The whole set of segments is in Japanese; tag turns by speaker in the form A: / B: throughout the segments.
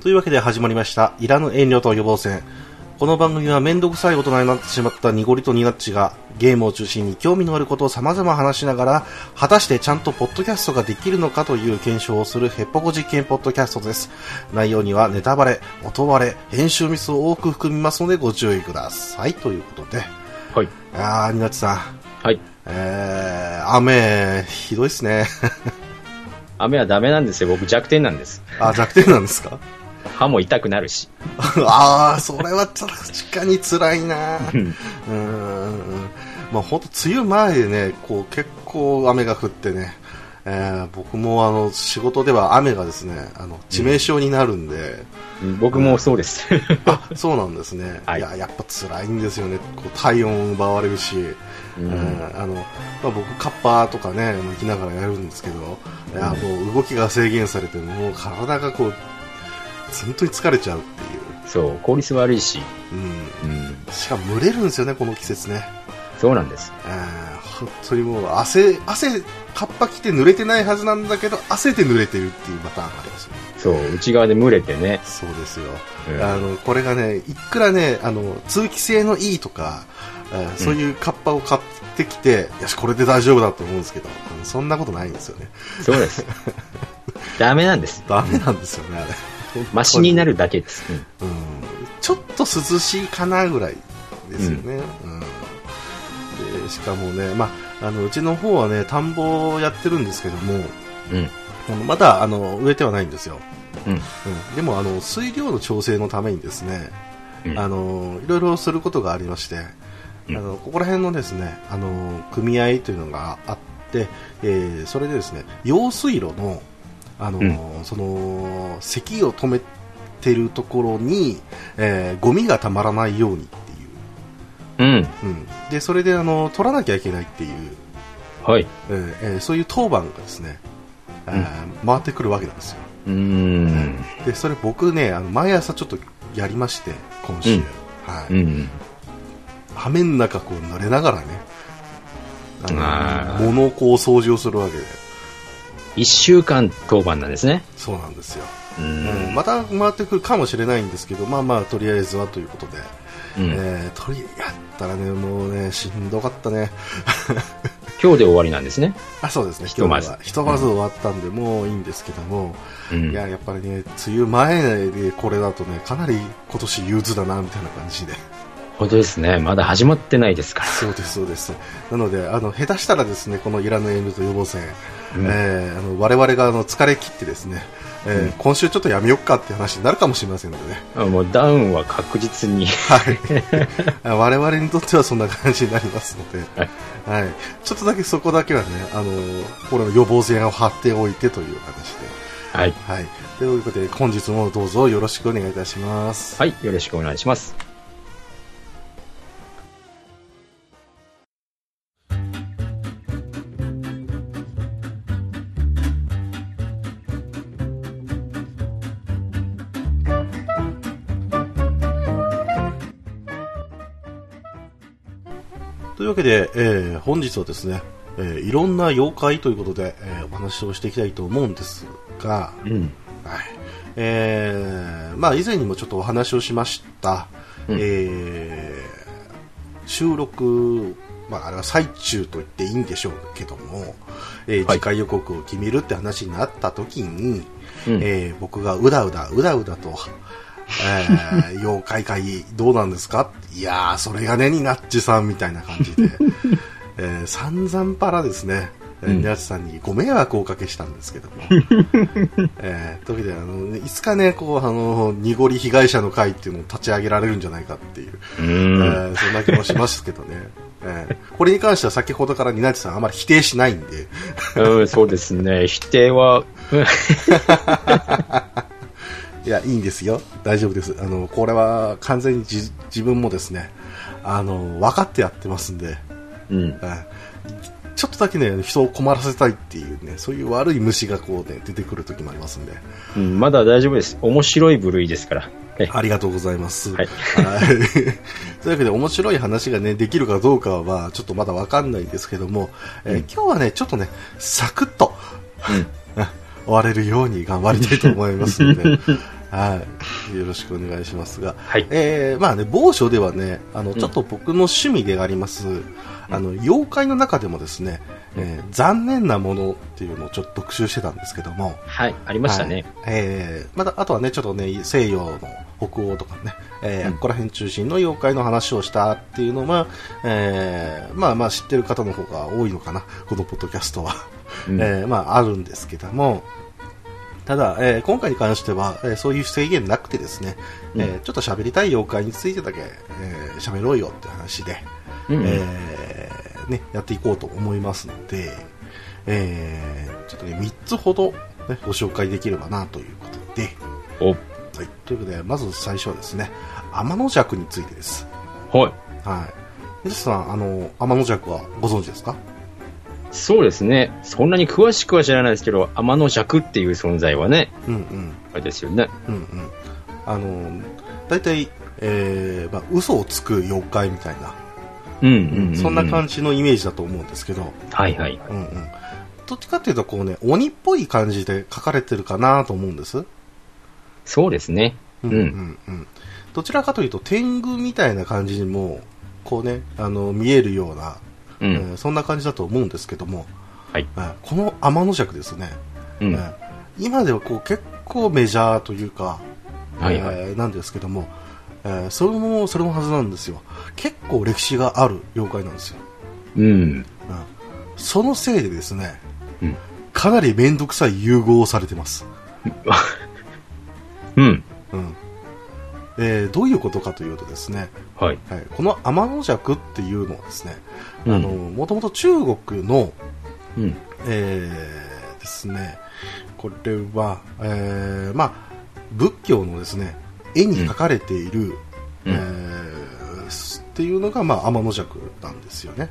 A: というわけで始まりました、いらぬ遠慮と予防戦。この番組はめんどくさい大人になってしまったニゴリとニナッチが、ゲームを中心に興味のあることを様々話しながら、果たしてちゃんとポッドキャストができるのかという検証をするヘッポコ実験ポッドキャストです。内容にはネタバレ、音割れ、編集ミスを多く含みますのでご注意ください。ということで。
B: はい。
A: あー、ニナッチさん。
B: はい。
A: えー、雨、ひどいっすね。
B: 雨はダメなんですよ。僕弱点なんです。
A: あ、弱点なんですか
B: 歯も痛くなるし。
A: あー、それは確かに辛いな
B: う
A: うんーん。まあ、ほんと、梅雨前でね、こう、結構雨が降ってね、えー僕もあの、仕事では雨がですね、あの、致命傷になるんで、
B: 僕もそうです。
A: あ、そうなんです ね。
B: はい
A: いや、やっぱ辛いんですよね。こう、体温奪われるし、
B: うん
A: うんあのまあ、僕、カッパーとかね、巻きながらやるんですけど、いやもう動きが制限されて、もう体がこう、本当に疲れちゃうってい
B: そう、効率悪いし。
A: う、
B: うん。
A: うん、しかも蒸れるんですよね、この季節ね、
B: そうなんです。
A: あー本当にもう汗、汗、カッパ着て濡れてないはずなんだけど、汗で濡れてるっていうパターンがありますよね、
B: そう、内側で蒸れてね。
A: そうですよ、
B: うん
A: あのこれがね、いくらね、あの通気性のいいとか、あーそういうカッパを買ってきて、よし、これで大丈夫だと思うんですけど、あのそんなことないんですよね。
B: そう です。ダメなんです。
A: ダメなんですよね、あれ。
B: マシになるだけです。うん
A: うん。ちょっと涼しいかなぐらいですよね。うん。でしかもね、まあ、あの、うちの方はね、田んぼをやってるんですけども、
B: うん。
A: あのまだ、あの、植えてはないんですよ。
B: うん。
A: うん。でも、あの、水量の調整のためにですね、
B: うん
A: あの、いろいろすることがありまして、
B: うん
A: あの、ここら辺のですね、あの、組合というのがあって、えーそれでですね、用水路の、あの、その、咳を止めてるところに、えーゴミがたまらないようにって
B: うん。
A: いう、うん。で、それで、あの、取らなきゃいけないっていう、
B: はい。
A: えーえーそういう当番がですね、あー回ってくるわけなんですよ。
B: うーん。
A: で、それ僕ね、あの、毎朝ちょっとやりまして、今週。
B: うん
A: はい。
B: うん。
A: 雨の中こう濡れながらねあ
B: あ
A: の
B: ー
A: 物をこう掃除をするわけで
B: 一週間当番なんですね。
A: そうなんですよ、
B: う
A: うん
B: ん。
A: また回ってくるかもしれないんですけどまあまあとりあえずはということで、
B: うん
A: えーとりやったらねもうねしんどかったね
B: 今日で終わりなんですね。
A: あそうですね
B: ひとまず
A: 今日はひとまず終わったんで、もういいんですけども、
B: うん
A: いややっぱりね梅雨前でこれだとねかなり今年憂鬱だなみたいな感じで
B: 本当ですね。まだ始まってないですから。
A: そうです、そうです。なので、あの、下手したらですね、このイランのエムと予防戦、
B: うん
A: えーあの我々があの疲れ切ってですね、えー今週ちょっとやめよっかって話になるかもしれませんのでね、
B: あもうダウンは確実に。
A: はい。 我々にとってはそんな感じになりますので、
B: はい
A: はい。ちょっとだけそこだけはね、あの、これの予防線を張っておいてという形で、
B: はい。
A: はい。ということで、本日もどうぞよろしくお願いいたします。
B: はい。よろしくお願いします。
A: というわけで、えー本日はですね、えーいろんな妖怪ということで、えーお話をしていきたいと思うんですが、
B: うん。
A: はいえーまあ、以前にもちょっとお話をしました、
B: うん
A: えー収録、まあ、あれは最中と言っていいんでしょうけども、えー
B: はい
A: 次回予告を決めるって話になった時に、
B: うん
A: えー僕がうだうだうだうだと、 えー妖怪会どうなんですかいやーそれがねになっちさんみたいな感じで、えー散々パラですね、えー
B: うん
A: になっちさんにご迷惑をおかけしたんですけ ども。えー、というわけであの、いつかね、こう、あの、濁り被害者の会っていうのを立ち上げられるんじゃないかっていう、
B: う
A: え
B: ん。
A: ーそんな気もしますけどね。えーこれに関しては先ほどからニナチさんあまり否定しないんで、
B: うん、そうです ね。否定は、うん
A: いや、いいんですよ。大丈夫です。あの、これは完全にじ自分もですね、あの、分かってやってますんで、
B: うん。
A: えーちょっとだけね、人を困らせたいっていうね、そういう悪い虫がこうね、出てくる時もありますんで、
B: うん。まだ大丈夫です。面白い部類ですから。はい
A: ありがとうござい ます。
B: は
A: は
B: い
A: いというわけで面白い話がね、できるかどうかはちょっとまだわかんないんですけども、えー今日はね、ちょっとね、 サクッと、終われるように頑張りたいと思いますので、はい、よろしくお願いしますが、
B: はい
A: えーまあね、某所ではねあのちょっと僕の趣味であります、あの妖怪の中でもですね、えー残念なものっていうのをちょっと特集してたんですけども、
B: はい、ありましたね。
A: はいえーまだあとはねちょっとね西洋の北欧とかね、えーここら辺中心の妖怪の話をしたっていうのは、えーまあまあ知ってる方の方が多いのかなこのポッドキャストは、
B: うん
A: えーまああるんですけどもただ、えー今回に関しては、えーそういう制限なくてですね、えーちょっと喋りたい妖怪についてだけ喋、えー、喋ろうよって話で、
B: うん
A: えーね、やっていこうと思いますので、えーちょっとね、3つほど、ね、ご紹介できればなということで、
B: お、
A: はい、ということで、まず最初はですね、天の尺についてです。
B: はい。
A: はい。皆さん、あの、天の尺はご存知ですか
B: そうですね。そんなに詳しくは知らないですけど、天の尺っていう存在はね、
A: うんうん、
B: あれですよね。
A: うんうん。あの、大体、えーまあ、嘘をつく妖怪みたいな、
B: うん、うん
A: そんな感
B: じ。
A: じのイメージだと思うんですけど、
B: はいはい。
A: うんうん。どっちかっていうと、こうね、鬼っぽい感じで書かれてるかなと思うんです。
B: そうですね。
A: う
B: うんん
A: うんうん、どちらかというと天狗みたいな感じにもこうねあの見えるような、
B: う
A: え
B: ん。
A: ーそんな感じだと思うんですけども、
B: はい
A: えーこの天の尺ですね、
B: うん
A: え。ー今ではこう結構メジャーというか、
B: はいはい
A: えーなんですけども、えーそれもそれもはずなんですよ結構歴史がある妖怪なんですよ、
B: うん。
A: うんそのせいでですね
B: うん。
A: かなり面倒くさい融合をされてます、
B: うん。
A: うんえーどういうことかというとですね、
B: はい。
A: はい、この天の尺っていうのはですね、
B: うん
A: あのもともと中国の、
B: うん。
A: えーですねこれは、えーまあ、仏教のですね絵に描かれている、えーすっていうのが、まあ、天の尺なんですよね、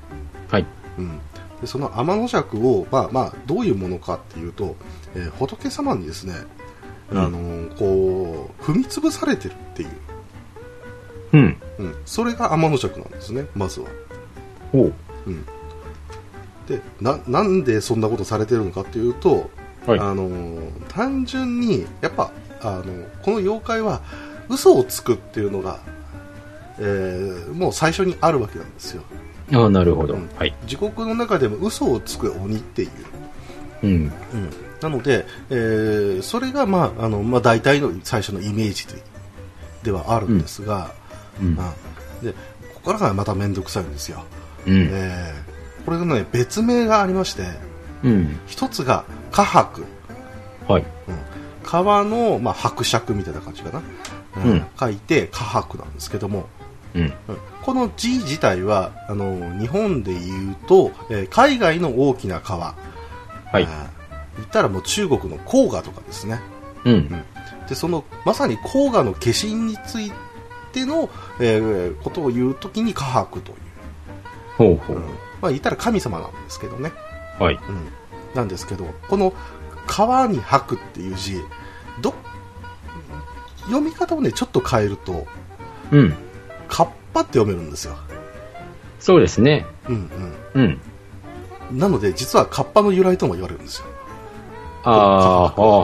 B: はい。
A: うん、でその天の尺を、まあまあ、どういうものかっていうと、えー仏様にですね、
B: うん
A: あのこう踏み潰されてるっていう、
B: うん。
A: うん、それが天の尺なんですねまずは。
B: おう。
A: でななんでそんなことされてるのかっていうと、
B: はい。
A: あのー単純にやっぱあのこの妖怪は嘘をつくっていうのが、えーもう最初にあるわけなんですよ
B: ああ、なるほど。
A: うん
B: はい。
A: 地獄の中でも嘘をつく鬼っていう、
B: うん。
A: うん、なので、えーそれが、まああのまあ、大体の最初のイメージでではあるんですが、
B: うん
A: ま。あでここからがまた面倒くさいんですよ、
B: うん。
A: えーこれがね別名がありまして
B: うん。
A: 一つが火白
B: はい。
A: 川の、まあ、伯爵みたいな感じかな、うん
B: うん
A: 書いて「家伯」なんですけども、
B: うん。
A: うんこの字自体はあの日本で言うと、えー海外の大きな川、
B: はい。
A: あー言ったらもう中国の黄河とかですね
B: うん。
A: でそのまさに黄河の化身についての、えーことを言うときに「家伯」という、
B: ほうほ
A: うん
B: う。
A: まあ、言ったら神様なんですけどね、
B: はい。
A: うん、なんですけどこの「川に吐く」っていう字ど読み方をねちょっと変えると
B: うん。
A: 「カッパ」って読めるんですよ、
B: そうですね。
A: うん
B: うん。
A: うん、なので実はカッパの由来とも言われるんですよ
B: ああ、はあはあは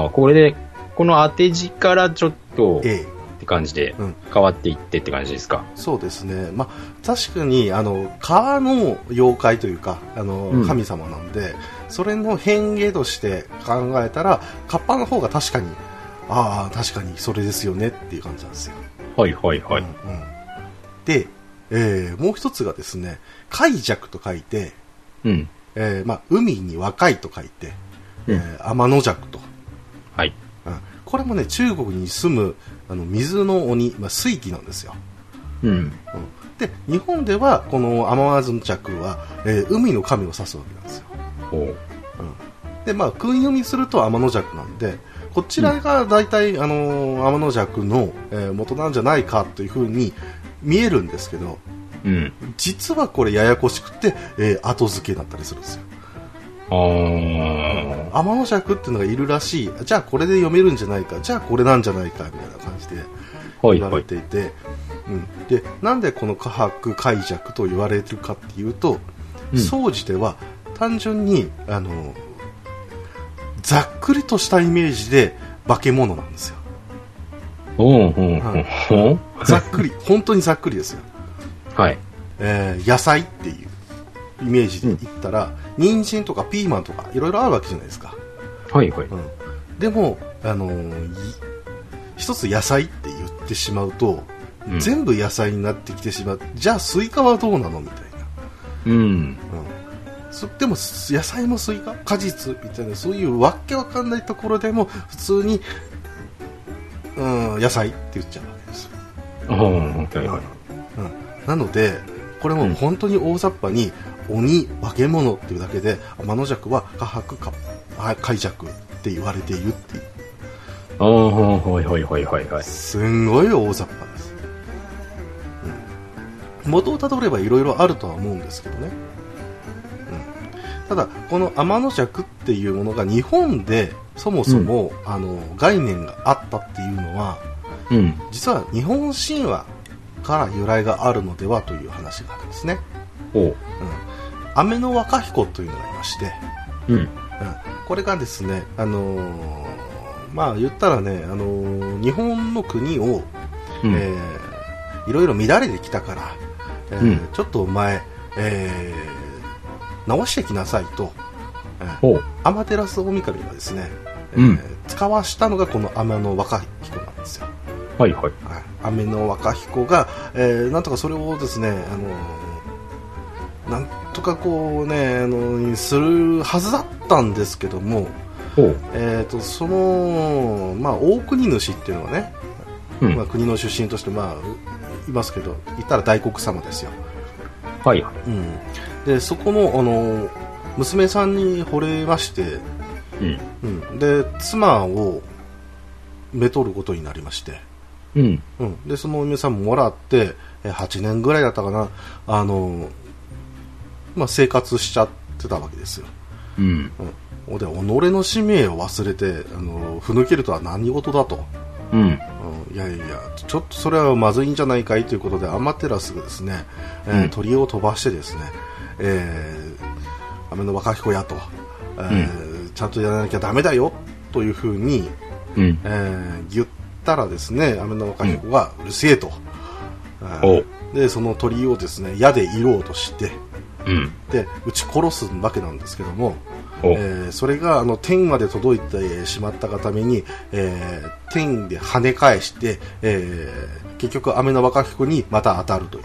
B: あはあ。これで、この当て字からちょっとっ
A: ええ
B: て感じで
A: うん
B: 変わっていってって感じですか。
A: そうですね、まあ、確かにあの川の妖怪というかあの、
B: うん
A: 神様なんでそれの変化として考えたらカッパの方が確かにああ確かにそれですよねっていう感じなんですよ
B: はいはいはい。
A: うんうんで、えーもう一つがですね海弱と書いて、
B: うん。
A: えーまあ、海に若いと書いて、
B: うん
A: えー天の弱と、
B: はい。
A: うんこれもね中国に住むあの水の鬼、まあ、水鬼なんですよ、
B: うん。
A: うんで日本ではこの天の弱は、えー海の神を指すわけなんですよ
B: ほう。
A: でまあ訓読みすると天の弱なんでこちらが大体、あのー天の弱の、えー元なんじゃないかというふうに見えるんですけど、
B: うん。
A: 実はこれややこしくて、えー後付けだったりするんですよ
B: ああ。
A: 天の尺っていうのがいるらしいじゃあこれで読めるんじゃないかじゃあこれなんじゃないかみたいな感じで
B: はい
A: 言わ
B: は
A: れ
B: い。
A: ていて、うん、でなんでこの科白解釈と言われてるかっていうと
B: うん
A: 総じては単純に あのざっくりとしたイメージで化け物なんですよ
B: うん、うん、
A: は
B: はいい、うん。
A: ざっくり本当にざっくりですよ、
B: はい。
A: えー野菜っていうイメージでいったら、人参とかピーマンとかいろいろあるわけじゃないですか、
B: はい、はい。
A: うん、でも、あのーい一つ野菜って言ってしまうと、
B: うん
A: 全部野菜になってきてしまうじゃあスイカはどうなのみたいな
B: うん。
A: そでもす野菜もスイカ果実みたいなそういうわっけわかんないところでも普通に、うん、野菜って言っちゃうわけですよ、
B: うん、はい、はい。
A: うん、なのでこれも本当に大雑把に、鬼化け物っていうだけで天の弱は科白かあ解釈って言われているっていう
B: ああ、はい、はい、はい、はい、はい。
A: すんごい大雑把です、うん、元をたどればいろいろあるとは思うんですけどね、うん、ただこの天の尺っていうものが日本でそもそも、あの概念があったっていうのは
B: うん。
A: 実は日本神話から由来があるのではという話があるんですね
B: おう。
A: 雨の若彦というのがいまして、
B: うん。
A: うんこれがですね、あのーまあ言ったらね、あのー日本の国を
B: うん。
A: えーいろいろ乱れてきたから、えー
B: うん
A: ちょっとお前、えー直してきなさいと、えー
B: おう。
A: 天照大神がですね、えー
B: うん
A: 使わしたのがこの天の若彦なんですよ。
B: はい、はい。
A: はい天の若彦が、えーなんとかそれをですね、あのーなんとかこうね、あのーするはずだったんですけども、
B: おう。
A: えー、とその、まあ、大国主っていうのはね、
B: うん。
A: まあ、
B: は
A: 国の出身として、まあ、いますけど言ったら大黒様ですよ、
B: い、はい。
A: うん、でそこのあの娘さんに惚れまして、
B: うん。
A: うん、で妻をめとることになりまして、
B: うん。
A: うん、でそのお嫁さんもらってえ8年ぐらいだったかなあの、まあ、生活しちゃってたわけですよ
B: うん。
A: うんで己の使命を忘れてあのふぬけるとは何事だと。
B: うん。
A: うんいやいや、ちょっとそれはまずいんじゃないかいということで、アマテラスがですね、えー
B: うん
A: 鳥を飛ばしてですね、えー、雨の若彦やと、えーちゃんとやらなきゃダメだよというふうに、
B: うん。
A: えー言ったらですね、雨の若彦がうるせえと、
B: おう。
A: うんで、その鳥をですね、矢で射ろうとして、
B: うん。
A: で、撃ち殺すわけなんですけども、
B: お
A: え
B: う。
A: ーそれがあの天まで届いてしまったがために、えー天で跳ね返して、えー結局雨の若彦にまた当たるという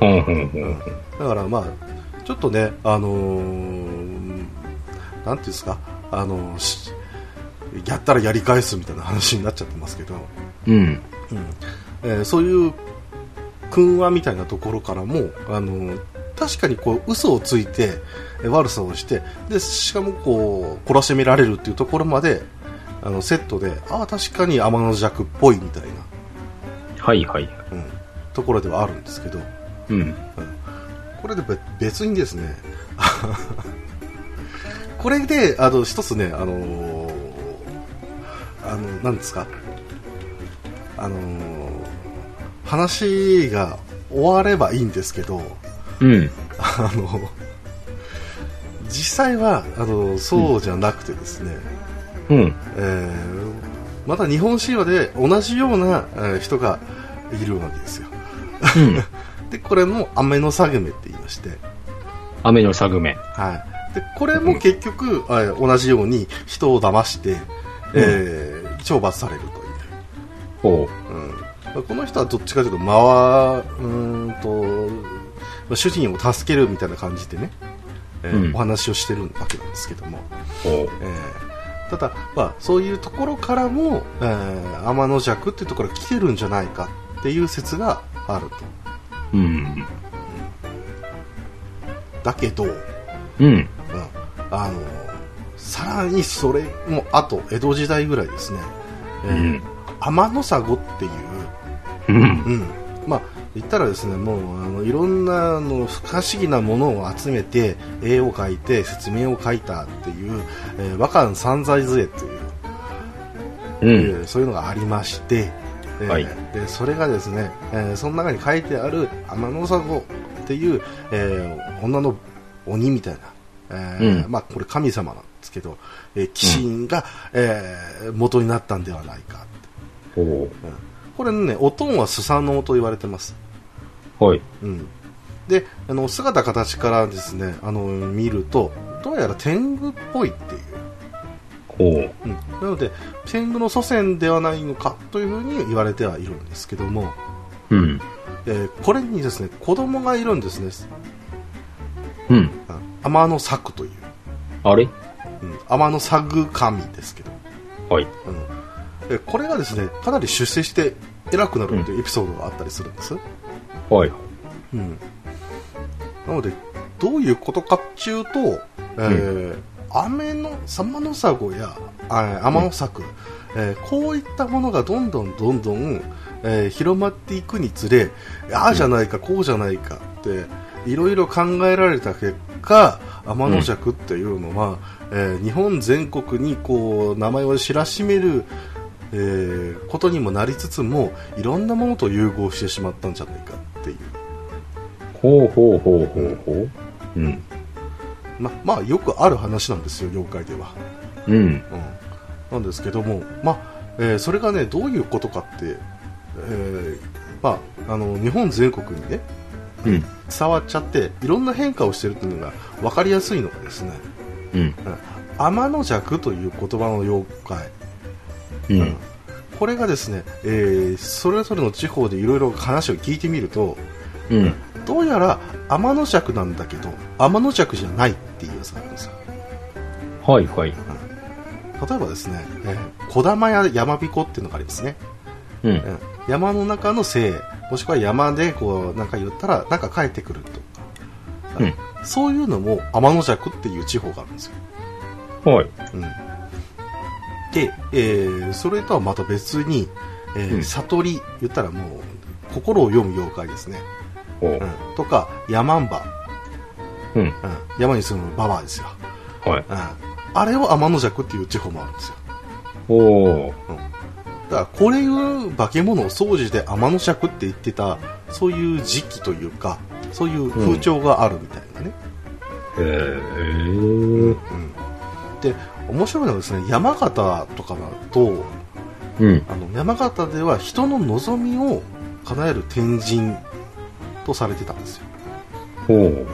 B: うん。うん。
A: だからまあちょっとねあのーなんていうんですかあのーしやったらやり返すみたいな話になっちゃってますけど、
B: うん。
A: えーそういう訓話みたいなところからも、あのー確かにこう嘘をついてえー悪さをしてでしかもこう懲らしめられるっていうところまであのセットでああ確かに天の弱っぽいみたいな、
B: はい、はい。
A: うん、ところではあるんですけど
B: うん。
A: これでべ別にですね これであの一つねあのーあのなんですかあのー話が終わればいいんですけど
B: うん。
A: あの実際はあのそうじゃなくてですね、
B: うん。
A: えーまた日本神話で同じような、えー人がいるわけですよ
B: うん。
A: でこれも「雨のサグメ」って言いまして
B: 雨のサグメ。
A: はい、でこれも結局、えー同じように人を騙して、えー懲罰される
B: おう。
A: という、うんまあ、この人はどっちかというと回うーんと、まあ主人を助けるみたいな感じでね、えー
B: うん
A: お話をしてるわけなんですけども、
B: おう。
A: えーただ、まあ、そういうところからも、えー天の弱っていうところが来てるんじゃないかっていう説があると
B: うん。
A: だけど、
B: うん。
A: うんあのさらにそれもあと江戸時代ぐらいですね、えー
B: うん
A: 天の砂っていう、
B: うん。
A: うんまあ、言ったらですねもうあのいろんなあの不可思議なものを集めて絵を描いて説明を書いたっていう、えー和漢三財図絵っていう、
B: う
A: え
B: ん。
A: ーそういうのがありまして、えー
B: はい
A: でそれがですね、えーその中に書いてある天の砂っていう、えー女の鬼みたいな、えー
B: うん
A: まあ、これ神様なんですけど、えー、鬼神が、えー元になったんではないか
B: お
A: これね、おとんはスサノオと言われてます。
B: お。はい。
A: うん。で、あの、姿形からですね、あの、見ると、どうやら天狗っぽいっていう。
B: おう。
A: うん、なので天狗の祖先ではないのかというふうに言われてはいるんですけども、
B: うん。
A: えーこれにですね子供がいるんですね
B: うん。
A: あ天の作という、
B: あれ
A: うん、天の作神ですけど、
B: はい。
A: うん、でこれがですねかなり出世して偉くなるというエピソードがあったりするんです、
B: はい。
A: うん、なのでどういうことかっていうと、えー雨の天の作やあ天の作、えーこういったものがどんどんどんどん、えー広まっていくにつれああじゃないかこうじゃないかっていろいろ考えられた結果天の尺っていうのは、えー日本全国にこう名前を知らしめる、えーことにもなりつつもいろんなものと融合してしまったんじゃないかっていう
B: ほうほうほうほうほう。うん。
A: ままあよくある話なんですよ業界では、
B: うん。
A: うん、なんですけども、まあえーそれがねどういうことかって、えーまあ、あの日本全国にね
B: うん。
A: 伝わっちゃっていろんな変化をしてるっていうのが分かりやすいのがですね
B: うん。
A: 「天の弱」という言葉の妖怪
B: うん。
A: これがですね、えーそれぞれの地方でいろいろ話を聞いてみると
B: うん。
A: どうやら天の弱なんだけど天の弱じゃないっていうやつがあるんですよ
B: はいはい。
A: 例えばですね、えー、小玉や山彦っていうのがありますね、
B: うん
A: う。ん、山の中の精もしくは山でこうなんか言ったらなんか返ってくるとか、
B: うん
A: そういうのも天の尺っていう地方があるんですよ、
B: はい。
A: うん、で、えーそれとはまた別に、えー
B: うん
A: 悟り言ったらもう心を読む妖怪ですね、
B: お
A: う、
B: うん
A: とか山んば、
B: うん。
A: うん、山に住むババアですよ、
B: はい。
A: うん、あれを天の尺っていう地方もあるんですよ
B: おー。
A: だからこれいう化け物を総じて天の尺って言ってたそういう時期というかそういう風潮があるみたいなね、
B: へー。
A: で面白いのはですね山形とかだと
B: うん。
A: あの山形では人の望みを叶える天神とされてたんですよ
B: おー。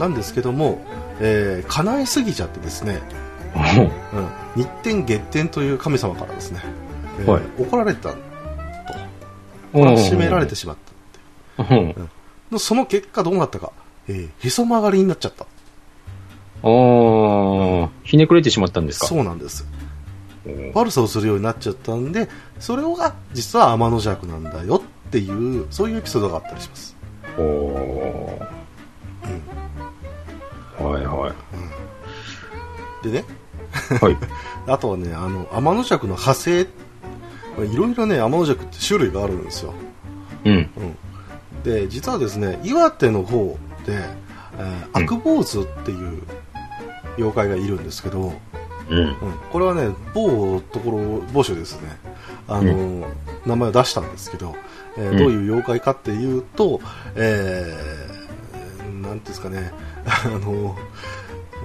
A: なんですけども、えー叶えすぎちゃってですね、うん、日天月天という神様からですね、えー
B: はい
A: 怒られたと
B: おー。
A: 締められてしまった
B: うん。
A: のその結果どうなったか、えーへそ曲がりになっちゃった
B: あー。ひねくれてしまったんですか
A: そうなんです
B: うん
A: 悪さをするようになっちゃったんでそれが実は天の弱なんだよっていうそういうエピソードがあったりします
B: おー。はいは
A: でね
B: い。はい。
A: あとはねあの天の弱の派生まあいろいろね天の弱って種類があるんですよ
B: うん。
A: で実はですね岩手の方で、えー、
B: うん
A: 悪坊主っていう妖怪がいるんですけど、
B: うん。
A: うん、これはね某ところ某所ですねあの、名前を出したんですけど、えー
B: うん
A: どういう妖怪かっていうと、えー、なんていうんですかね あの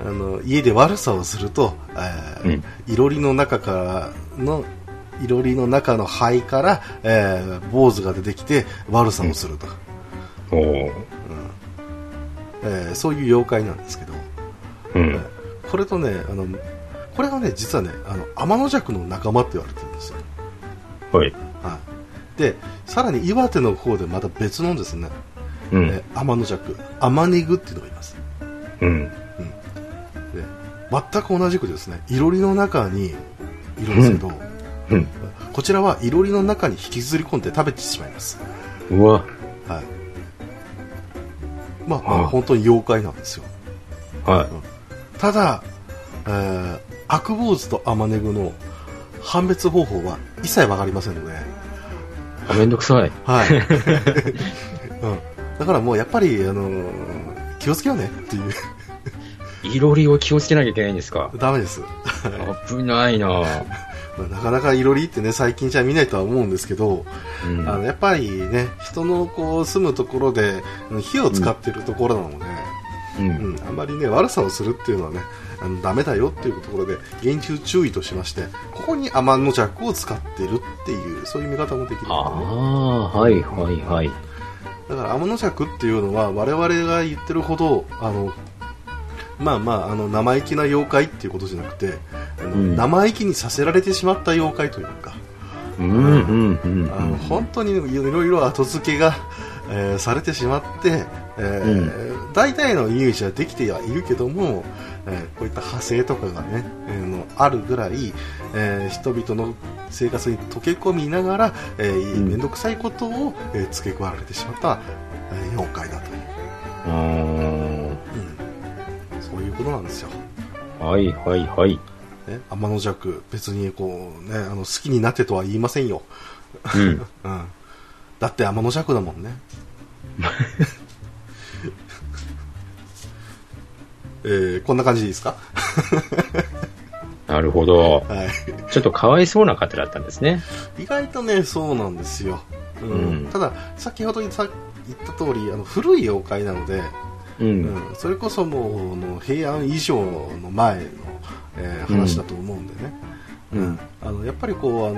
A: あの家で悪さをすると、えーいろりの中からのいろりの中の灰から、えー、坊主が出てきて悪さをすると、
B: おー。
A: えーそういう妖怪なんですけど、
B: うん。
A: これとねあのこれがね実はねあの天の弱の仲間って言われてるんですよ
B: はい。
A: はい、でさらに岩手の方でまた別のですね、
B: う
A: え
B: ん。
A: ー天の弱アマネグっていうのがいます
B: うん。
A: で全く同じくですねいろりの中にいるんですけど、
B: うん。
A: こちらはいろりの中に引きずり込んで食べてしまいます、
B: うわ。
A: はいまあ、
B: ああ
A: 本当に妖怪なんですよ
B: は
A: ただ、えー、悪坊主とアマネグの判別方法は一切わかりませんので、
B: い。あめんどくさい。
A: はい、 うん、だからもうやっぱり、あのー気をつけようねっていう
B: いろりを気をつけなきゃいけないんですか。
A: ダメです
B: 危ないなぁ。
A: まあなかなかいろりってね最近じゃ見ないとは思うんですけど、
B: うん
A: あのやっぱりね人のこう住むところであの火を使ってるところなので、
B: うん。
A: うん、あんまりね悪さをするっていうのはねあのダメだよっていうところで厳重注意としましてここに天の弱を使ってるっていうそういう見方もできる
B: あ
A: からね
B: あ、はいはいはい。
A: だから天の弱っていうのは我々が言ってるほどあのまあまああの生意気な妖怪っていうことじゃなくてあの、
B: うん
A: 生意気にさせられてしまった妖怪というか
B: うんうんうんうん。
A: あの本当にいろいろ後付けが、えーされてしまって、えー大体のイメージはできてはいるけども、えーこういった派生とかがね、えーのあるぐらい、えー人々の生活に溶け込みながら、えー
B: うん
A: 面倒くさいことを、えー付け加えられてしまった、えー妖怪だという、
B: うーん
A: うんそういうことなんですよ。
B: はいはいはい。
A: ね、天の弱別にこう、ね、あの好きになってとは言いませんよ、
B: うん。
A: うん、だって天の弱だも んねえーこんな感じでいいですか
B: なるほど。
A: は
B: ちょっとかわいそうな方だったんですね。
A: い意外とねそうなんですよ、うん
B: うん
A: ただ先ほどさ言った通りあの古い妖怪なので、う
B: う。
A: んん、それこそもうあの平安以上の前の、えー話だと思うんでね、
B: うん。
A: あのやっぱりこうあ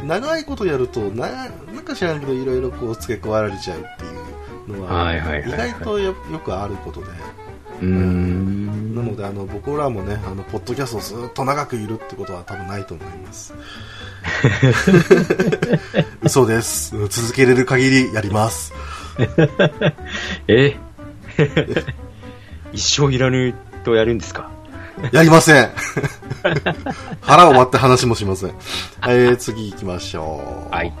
A: の長いことやるとななんか知らんけどいろいろこう付け加えられちゃうっていうのは,、
B: はいはいはいはい
A: 意外とよよくあることで
B: うーん。
A: なのであの僕らもねあのポッドキャストをずっと長くいるってことは多分ないと思います 嘘です続けれる限りやります
B: え一生いらぬとやるんですか
A: やりません腹を割って話もしません。えー、次行きましょう。
B: はい。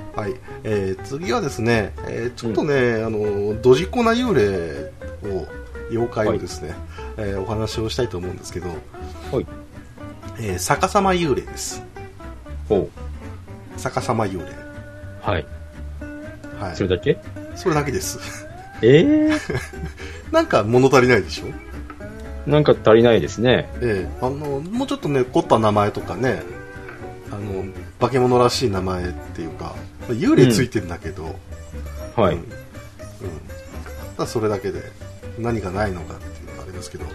A: えー、次はですね、えーちょっとね、あの、ドジコな幽霊を、妖怪をですね、えーお話をしたいと思うんですけど、
B: はい。
A: えー逆さま幽霊です。
B: ほ
A: 逆さま幽霊。
B: う。はい。
A: はい。
B: そ
A: そ
B: れ
A: れ
B: だけ
A: だけです。
B: えー、
A: なんか物足りないでしょ
B: なんか足りないですね。
A: ええあの、もうちょっとね、凝った名前とかね、あの、化け物らしい名前っていうか、幽霊ついてんだけど、
B: はい。
A: うんうん、ただそれだけで何がないのかっていうのがありますけど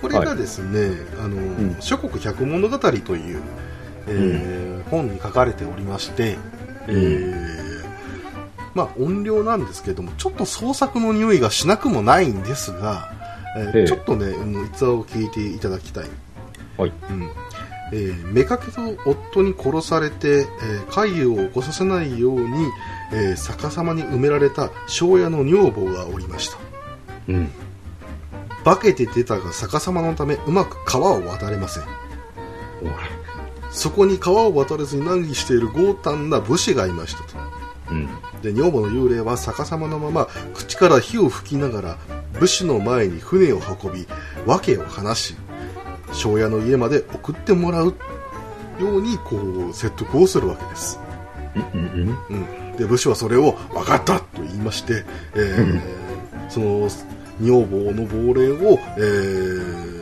A: これがですね、あの
B: ん
A: 諸国百物語」という、えー本に書かれておりまして、えーまあ、音量なんですけどもちょっと創作の匂いがしなくもないんですが、えー
B: ええ
A: ちょっとねうん逸話を聞いていただきたい
B: はい。
A: うんえー、妾と夫に殺されて、えー、怪異を起こさせないように、えー逆さまに埋められた庄屋の女房がおりました
B: うん。
A: 化けて出たが逆さまのためうまく川を渡れません
B: おい
A: そこに川を渡れずに難儀している豪胆な武士がいましたと
B: うん。
A: で女房の幽霊は逆さまのまま口から火を吹きながら武士の前に船を運び訳を話し庄屋の家まで送ってもらうようにこう説得をするわけです、
B: うんうん
A: うん、で武士はそれを分かったと言いまして、えーその女房の亡霊を、えー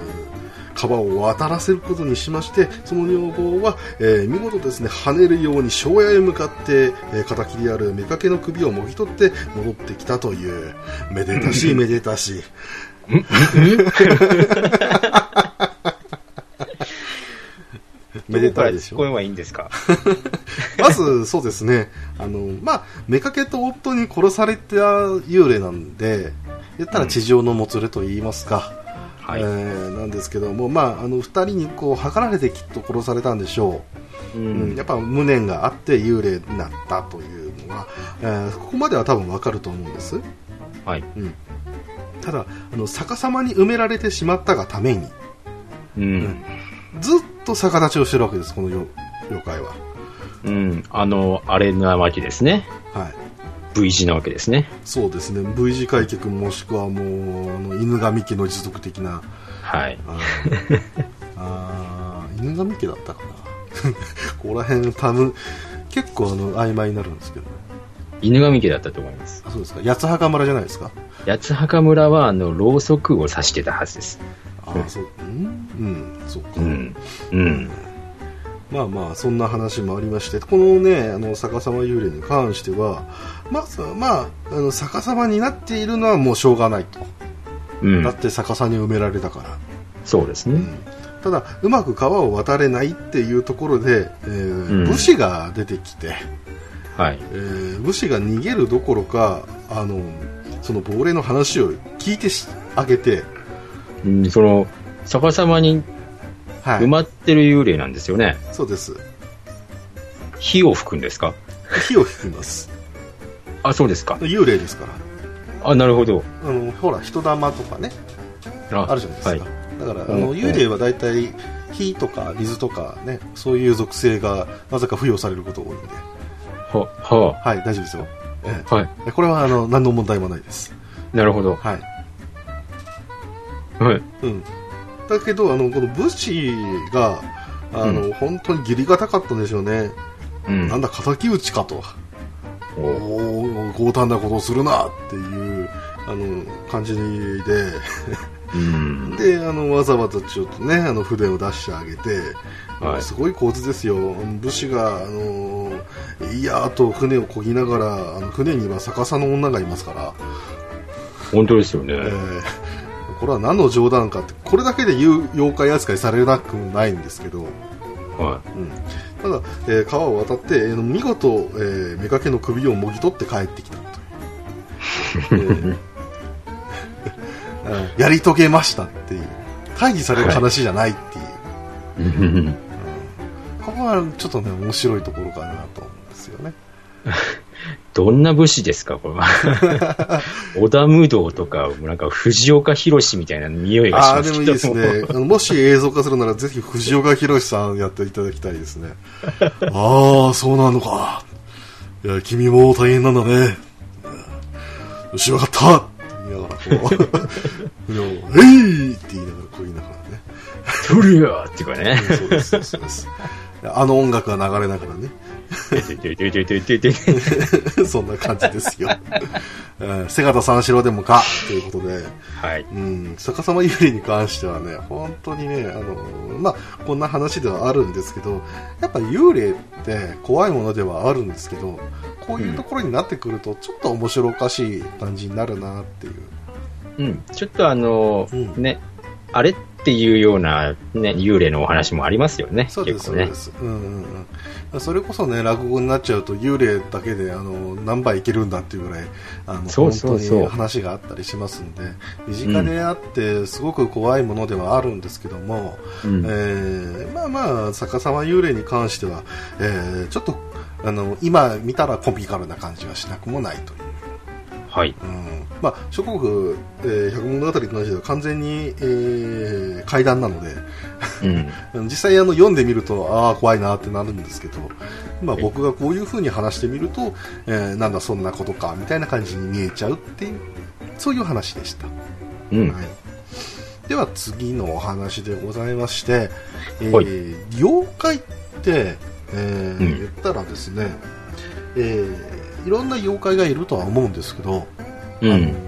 A: 川を渡らせることにしましてその女房は、えー見事ですね跳ねるように庄屋へ向かって、えー、敵である妾の首をもぎ取って戻ってきたというめでたしいめでたしい めでたいでしょ
B: どこから突っ込めばいいんですか
A: まず、そうですね。あの、まあ、妾と夫に殺された幽霊なんで、言ったら地上のもつれと言いますか、
B: は
A: えーなんですけども、まあ、あの、二人にこう、図られてきっと殺されたんでしょ
B: う
A: う。うん、
B: ん
A: やっぱ無念があって幽霊になったというのは、えーここまでは多分わかると思うんです。
B: はい。
A: うん。ただ、あの、逆さまに埋められてしまったがために、
B: うん。
A: ずっと逆立ちをしてるわけです、この妖妖怪は。
B: うん。あの、あれなわけですね。
A: はい。
B: V 字なわけですね。
A: そうですね V 字開脚もしくはもうあの犬神家の持続的な
B: はい。
A: あ ーあー犬神家だったかな ここら辺タム結構あの曖昧になるんですけどね
B: 犬神家だったと思います。
A: あそうですか八つ墓村じゃないですか
B: 八幡村は、あの、ろうそくを指してたはずです。
A: ああそううんうんそうか、
B: うん。うん。
A: まあまあそんな話もありましてこのねあの逆さま幽霊に関してはまずはまああの逆さまになっているのはもうしょうがないと
B: うん
A: だっ。て逆さに埋められたから
B: そうですね。
A: ただうまく川を渡れないっていうところで、えー
B: うん
A: 武士が出てきて、
B: はい。
A: えー武士が逃げるどころかあのその亡霊の話を聞いてしあげて、
B: うんその、逆さまに
A: はい
B: 埋まってる幽霊なんですよね。
A: そうです
B: 火を吹くんですか
A: 火を吹きます
B: あ、そうですか。
A: 幽霊ですから
B: あ、なるほど。
A: あのほら人玉とかね
B: あ
A: あるじゃないですか、
B: はい。
A: だから、
B: うん
A: あの
B: うん
A: 幽霊は大体火とか水とかねそういう属性がなぜか付与されることが多いんで
B: は、は
A: はい大丈夫ですよ、え
B: あ、はい。
A: えこれはあの何の問題もないです
B: なるほど。
A: はい
B: はい。
A: うん、だけどあのこの武士があの、本当に義理がたかったんでしょうね、
B: うん。
A: なんだ敵討ちかとお
B: お
A: お強胆なことをするなっていうあの感じで
B: うん。
A: であのわざわざちょっとねあの筆を出してあげて、
B: はい
A: すごい構図ですよ武士があのいやーと船を漕ぎながらあの船には逆さの女がいますから、
B: 本当ですよね。
A: えーこれは何の冗談かってこれだけで言う妖怪扱いされなくもないんですけど、
B: は
A: うん、ただ、えー川を渡って、えー見事、えー、妾の首をもぎ取って帰ってきたという、えー えーやり遂げましたっていう大義される話じゃないっていう、
B: い。うん
A: ここはちょっとね面白いところかなと思うんですよね
B: どんな武士です か、これは。織田無道とか、なんか藤岡弘みたいな匂いがし
A: ああ
B: ま
A: ーですも
B: け
A: いい
B: ど
A: ですねあのもし映像化するならぜひ藤岡弘さんやっていただきたいです ねああそうなのかいや君も大変なんだねうんよしわかったって言いながらこ うでも「えい!」って言いながらこう言いながらね
B: トリアーっていうかね。
A: そうですそうですあの音楽が流れながらね
B: ててててててて
A: そんな感じですよ、えー、瀬形三四郎でもかということで
B: はい。
A: うん、逆さま幽霊に関してはね、本当にね、あの、まあ、こんな話ではあるんですけど、やっぱ幽霊って怖いものではあるんですけど、こういうところになってくると、ちょっと面白おかしい感じになるなっていう。
B: うん。ちょっとあの、
A: うん
B: ね、あれっていうような、ね、幽霊のお話もありますよね。
A: そうです、
B: 結
A: そう
B: 構ね
A: で。す。うんうんうん。それこそね、落語になっちゃうと、幽霊だけで、あの、何杯いけるんだっていうぐらい、あの、
B: そうそうそ
A: 本
B: う
A: 当に話があったりしますんで、身近であって、すごく怖いものではあるんですけども、
B: うん
A: えーまあまあ逆さま幽霊に関しては、えーちょっとあの今見たらコミカルな感じはしなくもないという、
B: はい。
A: うんまあ、諸国、えー百物語に関しては完全に、えー怪談なので
B: うん。
A: 実際あの読んでみるとああ怖いなってなるんですけど、まあ、僕がこういう風に話してみると、えーなんだそんなことかみたいな感じに見えちゃうっていうそういう話でした。
B: うん。
A: はい、では次のお話でございまして、え
B: はい
A: ー妖怪って、えー
B: うん
A: 言ったらですね、えーいろんな妖怪がいるとは思うんですけど、
B: う
A: あ
B: ん。
A: の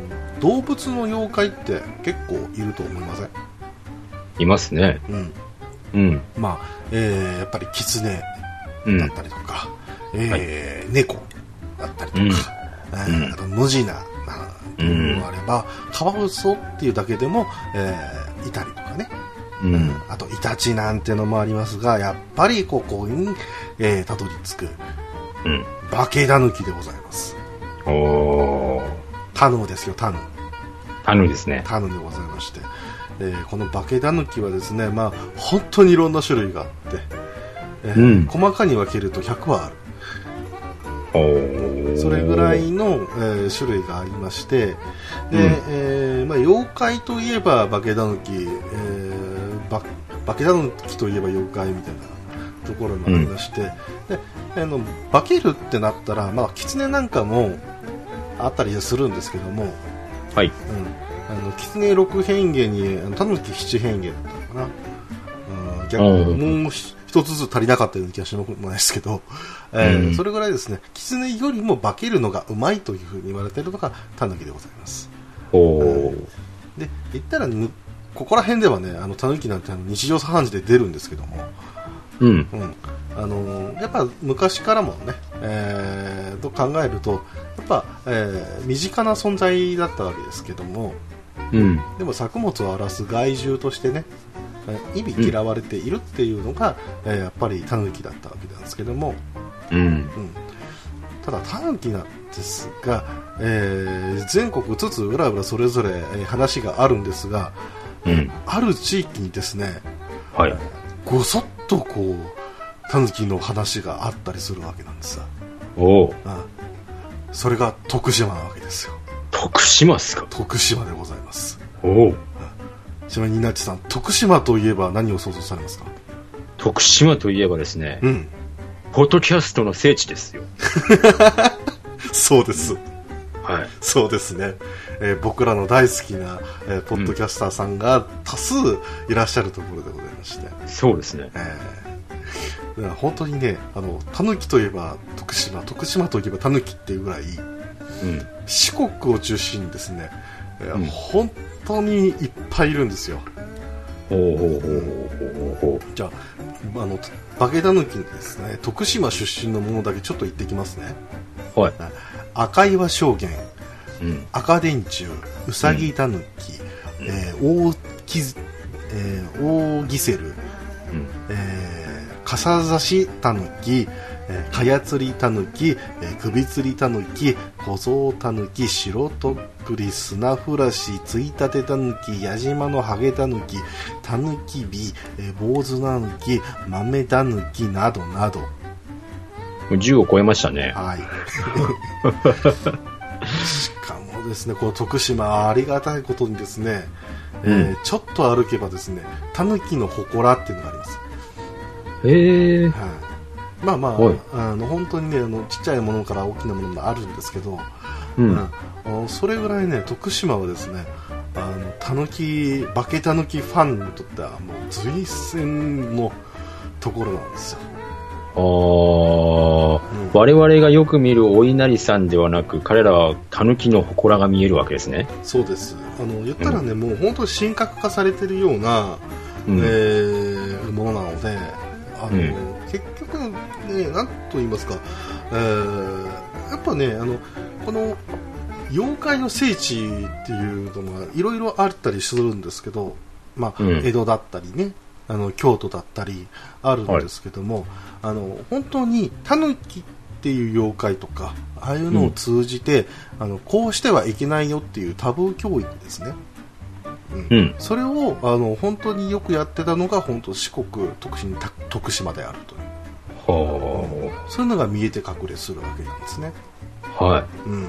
A: 動物の妖怪って結構いると思いません、
B: いますね。
A: うん
B: うん。
A: まあえーやっぱりキツネ
B: う
A: だっ
B: ん。
A: たりとか、えー猫だったりとか、
B: うん
A: えーあと無地ななというのがあれば、カワウソっていうだけでも、えーいたりとかね、
B: うん。
A: あとイタチなんてのもありますがやっぱりここに、えーたどり着く
B: うん。
A: 化け狸ヌキでございます
B: おー。
A: タヌですよタヌ
B: タヌですね。
A: タヌでございまして、えーこの化け狸ヌキはですねまあ本当にいろんな種類があって、えー
B: うん
A: 細かに分けると100はある
B: おー。
A: それぐらいの、えー種類がありましてで、えーまあ、妖怪といえば化け狸ヌキ、えー、ば化け狸ヌキといえば妖怪みたいなところもありまして、であの化けるってなったら、まあ、狐なんかもあったりするんですけども、うん、
B: はい。
A: あの狐六変化にあの狸七変化だったのかな、うん、逆
B: うん
A: もうひ一つずつ足りなかったような気がしなくもないですけど、えー
B: うん
A: それぐらいですね狐よりも化けるのがうまいというふうに言われているのが狸でございます
B: おー。
A: で言ったらぬここら辺ではねあの狸なんてあの日常茶飯事で出るんですけども、
B: うん。
A: うんあのーやっぱ昔からもね、えーと考えるとやっぱ、えー身近な存在だったわけですけども、
B: うん。
A: でも作物を荒らす害獣としてねえ意味嫌われているっていうのが、えーやっぱりタヌキだったわけなんですけども、
B: うん。
A: うん、ただタヌキなんですが、えー全国つつうらうらそれぞれ、えー話があるんですが
B: うん。
A: ある地域にですね
B: はい。
A: ごそっとこうタヌキの話があったりするわけなんですよ、
B: おお。
A: うん、それが徳島なわけですよ
B: 徳島っすか
A: 徳島でございます
B: おお。
A: ちなみになっちさん徳島といえば何を想像されますか
B: 徳島といえばですね、
A: うん
B: ポッドキャストの聖地ですよ。
A: そうです
B: はい。
A: そうですね、えー僕らの大好きな、えーポッドキャスターさんが多数いらっしゃるところでございまして、
B: そうですね。
A: えーだから本当にねあのタヌキといえば徳島徳島といえばタヌキっていうぐらい
B: うん。
A: 四国を中心にですね、えー
B: うん
A: 本当にいっぱいいるんですよ
B: ほうほうほうほうほうほう。
A: じゃああのバケタヌキにですね徳島出身のものだけちょっと言ってきますね
B: はい。
A: 赤岩証言
B: うん。
A: 赤電柱うさぎたぬき、
B: うん
A: えー大きずえー大ギセル、
B: うん。
A: えー、傘差したぬき、えー、かやつりたぬき、えー、首つりたぬき小僧たぬき白とっくり砂ふらしついたてたぬき矢島のハゲたぬきたぬきび、えー、坊主たぬき豆たぬきなどなど
B: もう10を超えましたね。
A: はい。しかもですね、この徳島ありがたいことにですね、えーちょっと歩けばですね、タヌキの祠っていうのがあります。
B: へえ。
A: はい。まあまあ、
B: はい
A: あの本当にねあの、ちっちゃいものから大きなものもあるんですけど、う
B: う。
A: んんあのそれぐらいね、徳島はですね、あのタヌキ、化けタヌキファンにとってはもう随戦のところなんですよ。
B: ああ。
A: うん
B: 我々がよく見るお稲荷さんではなく、彼らは狸の祠が見えるわけですね。
A: そうですあの言ったらね、もう本当に神格化されてるような、
B: うん。
A: えーものなのであの、
B: うん
A: 結局ね何と言いますか、えーやっぱねあのこの妖怪の聖地っていうのがいろいろあったりするんですけど、まあ
B: うん
A: 江戸だったりねあの京都だったりあるんですけども、あの本当にタヌキっていう妖怪とかああいうのを通じて、あのこうしてはいけないよっていうタブー教育ですね、うん
B: うん。
A: それをあの本当によくやってたのが本当四国徳島た徳島であるという
B: は
A: そういうのが見えて隠れするわけなんですね、
B: あ。はい。
A: うん、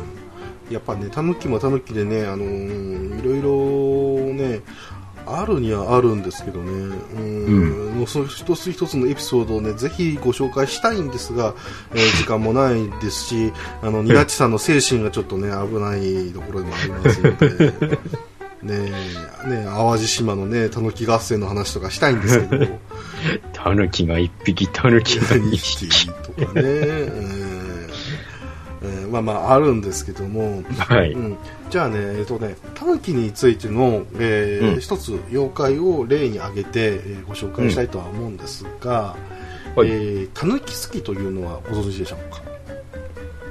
A: やっぱねタヌキもタヌキでね、あのーいろいろねあるにはあるんですけどね、うんもうその一つ一つのエピソードをねぜひご紹介したいんですが、えー時間もないですしあのニナッチさんの精神がちょっとね危ないところでもあります ので。ねえねえ淡路島のね、たぬき合戦の話とかしたいんですけ ど、
B: 狸が1匹、狸が2
A: 2
B: 匹。
A: 匹とかね、うんえーまあまああるんですけども、
B: はい。
A: うん、じゃあね、えっとね、タヌキについての、えー
B: うん
A: 一つ妖怪を例に挙げて、えーご紹介したいとは思うんですが、
B: はい
A: えータヌキ月というのはご存知でしょうか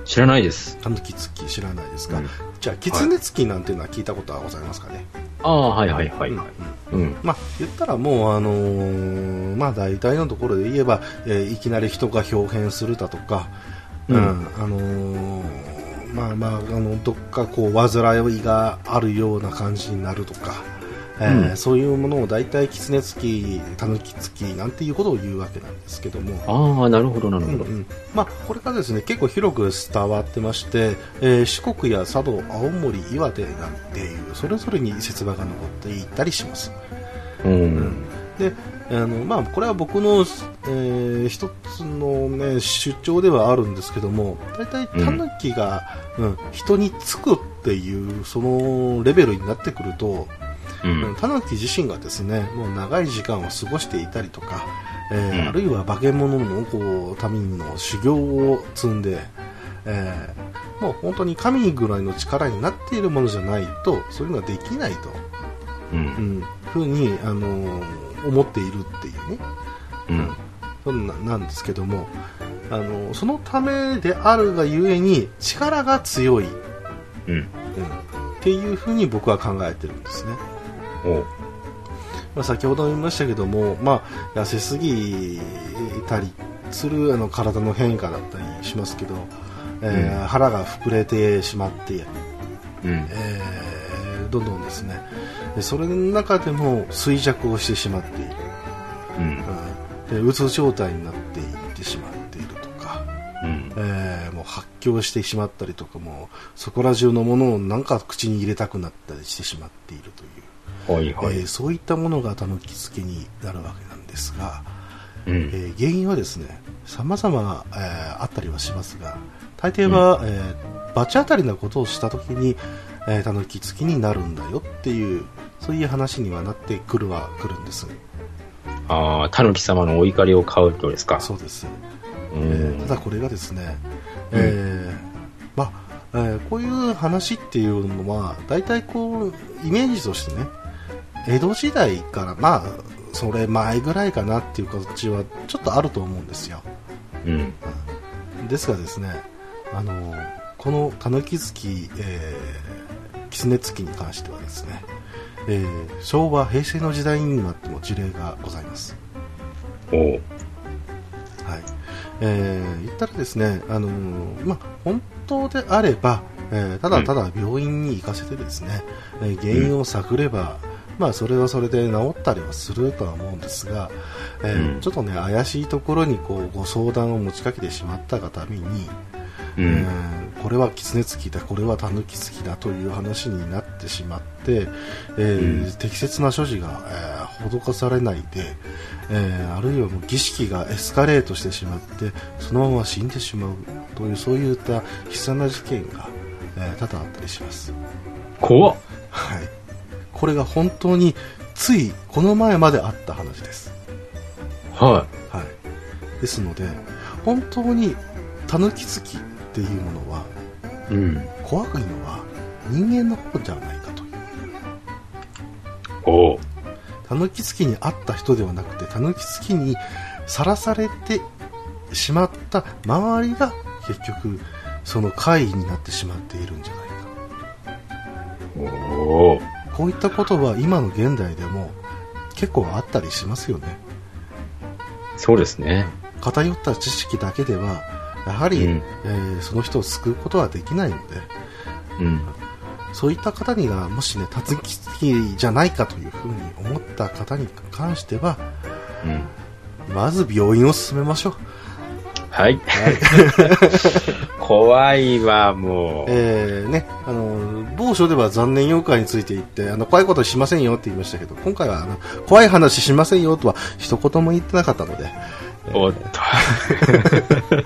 B: 知らないです。
A: タヌキ月知らないですか、
B: うん
A: じゃあキツネ月なんていうのは聞いたことはございますかね、
B: ああ、はいはいはい。
A: うん
B: うん。
A: まあ、言ったらもう、あのーまあ、大体のところで言えば、えーいきなり人が表変するだとか、うん
B: うん
A: あのーまあまあ、あのどっかこう煩いがあるような感じになるとか、えー
B: うん
A: そういうものを大体狐つき、狸つきなんていうことを言うわけなんですけども。
B: ああ、なるほどなる
A: うん
B: ほ
A: う
B: ど。
A: んまあ、これがですね結構広く伝わってまして、えー四国や佐渡、青森、岩手なんていうそれぞれに説話が残っていたりします。
B: うん。
A: であのまあ、これは僕の、えー一つの、ね、主張ではあるんですけども大体
B: うん
A: タヌキが、うん人につくっていうそのレベルになってくると、う
B: う
A: ん
B: ん。
A: タヌキ自身がですねもう長い時間を過ごしていたりとか、えー
B: うん
A: あるいは化け物のこうための修行を積んで、えーもう本当に神ぐらいの力になっているものじゃないとそういうのはできないと。
B: う。
A: うんん、ふうに、あのー思っているっていうね、
B: うん。
A: そんななんですけども、あのーそのためであるがゆえに力が強い、うん
B: うん。
A: っていうふうに僕は考えてるんですね。
B: おう
A: まあ、先ほども言いましたけども、まあ、痩せすぎたりするあの体の変化だったりしますけど、えー腹が膨れてしまって、
B: うん。
A: えーどんどんですねでそれの中でも衰弱をしてしまっている、
B: うん。
A: うん、でうつ状態になっていってしまっているとか、
B: うん。
A: えーもう発狂してしまったりとかもうそこら中のものをなんか口に入れたくなったりしてしまっているという。
B: はいはい。
A: えーそういったものがたぬき付けになるわけなんですが、
B: う
A: え
B: ん。
A: ー原因はですね様々、えーあったりはしますが大抵は、えー罰当たりなことをした時に、えー、たぬき付きになるんだよっていうそういう話にはなってくるはくるんです
B: ああ、たぬき様のお怒りを買うとですか。
A: そうです、
B: う
A: えー
B: ん
A: ただこれがですね、えーまあえーこういう話っていうのは大体こうイメージとしてね江戸時代からまあそれ前ぐらいかなっていう形はちょっとあると思うんですよ
B: うん。
A: ですがですねあのこのたぬき月、えー、狐月に関してはですね、えー昭和平成の時代になっても事例がございます
B: おう。
A: はいえー言ったらですね、あのーまあ、本当であれば、えーただただ病院に行かせてですね、えー原因を探れば、まあ、それはそれで治ったりはするとは思うんですが、えー
B: うん
A: ちょっとね怪しいところにこうご相談を持ちかけてしまったがために、
B: う
A: え
B: ん。
A: ーこれは狐付きだこれは狸付きだという話になってしまって、えー
B: うん
A: 適切な所持が、えー施されないで、えーあるいはもう儀式がエスカレートしてしまってそのまま死んでしまうというそういった悲惨な事件が、えー多々あったりします、
B: 怖っ。
A: はい、これが本当についこの前まであった話です
B: は。
A: はい、ですので本当にたぬき付きっていうものはい
B: うん。
A: 怖いのは人間の方じゃないかという
B: おう。
A: たぬきつきに会った人ではなくてたぬきつきにさらされてしまった周りが結局その怪異になってしまっているんじゃないか
B: おう。
A: こういったことは今の現代でも結構あったりしますよね
B: そうですね。
A: 偏った知識だけではやはり、
B: うん
A: えーその人を救うことはできないので
B: うん。
A: そういった方にはもしねたぬきつきじゃないかというふうに思った方に関しては
B: うん。
A: まず病院を進めましょう。
B: はい。 怖いわ、もう。
A: えー、ね、あの、某所では残念妖怪について言って、あの、怖いことしませんよって言いましたけど、今回は、あの、怖い話しませんよとは一言も言ってなかったので、
B: おっと。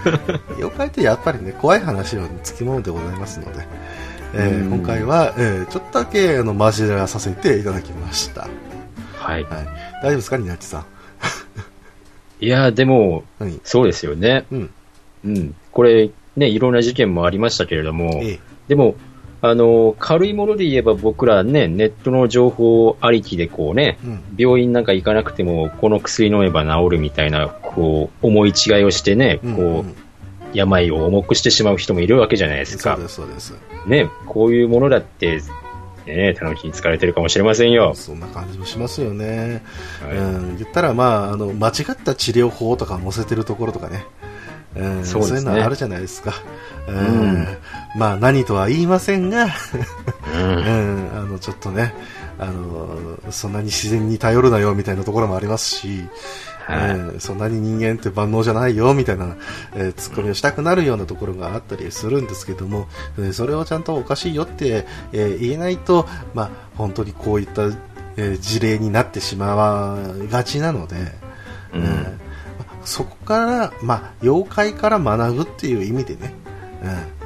A: 妖怪ってやっぱりね、怖い話はつきものでございますので、えー
B: うん
A: 今回は、えーちょっとだけ、あの、交えらさせていただきました。はい。
B: は
A: 大
B: い。
A: 丈夫ですか、ニナッチさん。
B: いや、でも、
A: はい。
B: そうですよね。
A: うん。
B: うん。これ、ね、いろんな事件もありましたけれども、
A: ええ
B: でも、あの、軽いもので言えば僕らね、ネットの情報ありきでこうね、
A: うん。
B: 病院なんか行かなくても、この薬飲めば治るみたいな、こう、思い違いをしてね、
A: うん
B: こ
A: う
B: う、
A: ん
B: 病を重くしてしまう人もいるわけじゃないです
A: そう
B: か
A: で。す、そうです。
B: ね、こういうものだって、ね、たぬきに疲れてるかもしれませんよ。
A: そんな感じもしますよね。
B: はい
A: うん、言ったら、まあ、あの間違った治療法とか載せてるところとかね、うん
B: そうですね
A: いうのはあるじゃないですか、うん
B: うん
A: まあ、何とは言いませんが、
B: うん
A: うん、あのちょっとねあの、そんなに自然に頼るなよみたいなところもありますし、
B: はい
A: うんそんなに人間って万能じゃないよみたいな、えーツッコミをしたくなるようなところがあったりするんですけども、えーそれをちゃんとおかしいよって、えー言えないと、まあ、本当にこういった、えー事例になってしまいがちなので、
B: うん
A: まあそこから、まあ、妖怪から学ぶっていう意味でね、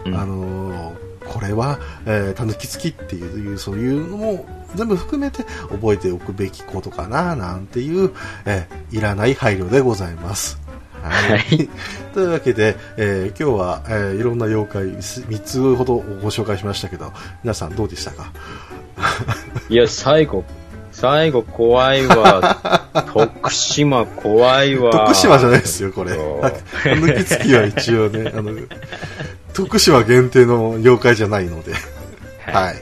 A: うん
B: うん
A: あのーこれは、えー、たぬきつきっていう、そういうのも全部含めて覚えておくべきことかな、なんていう、えーいらない配慮でございます。は。
B: はい
A: というわ けで、えー今日は、えーいろんな妖怪3つほどご紹介しましたけど、皆さんどうでしたか
B: いや、最後、最後怖い わ。徳島怖いわ。
A: 徳島じゃないですよ、これ。
B: そう
A: 抜きつきは一応ね、あの、徳島限定の妖怪じゃないので、はい。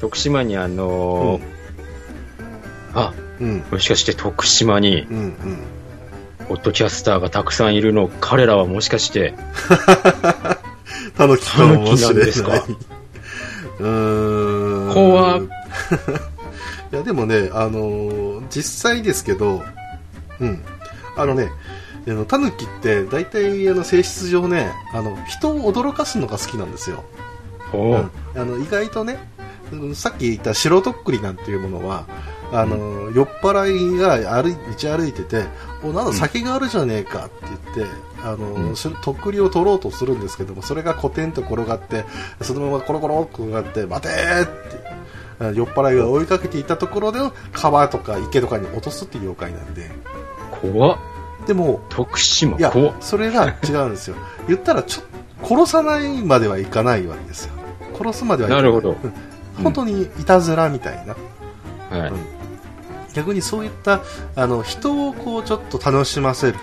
B: 徳島にあのーあ、
A: うん
B: もしかして徳島に、
A: うんうん
B: ポッドキャスターがたくさんいるの、彼らはもしかして、
A: たぬきかもしれない。
B: 狸なんですか
A: うーん。
B: 怖っ
A: いや、でもね、あのー実際ですけど、うん。あのね、あのタヌキって大体あの性質上ねあの人を驚かすのが好きなんですよ、
B: おう
A: うんあの意外とね、うんさっき言った白とっくりなんていうものはあの、酔っ払いが歩い道歩いてておなんだ酒があるじゃねえかって言って、あの
B: うん
A: それとっくりを取ろうとするんですけどもそれがコテンと転がってそのままコロコロっと転がって待てーってあの酔っ払いが追いかけていたところで川とか池とかに落とすっていう妖怪なんで
B: 怖っ
A: でも
B: 徳島
A: いや
B: 怖っ
A: それが違うん ですよ言ったらちょ殺さないまではいかないわけですよ殺すまではいかな
B: ないるほど、
A: 本当にいたずらみたいな、
B: は
A: う
B: い
A: ん逆にそういったあの人をこうちょっと楽しませる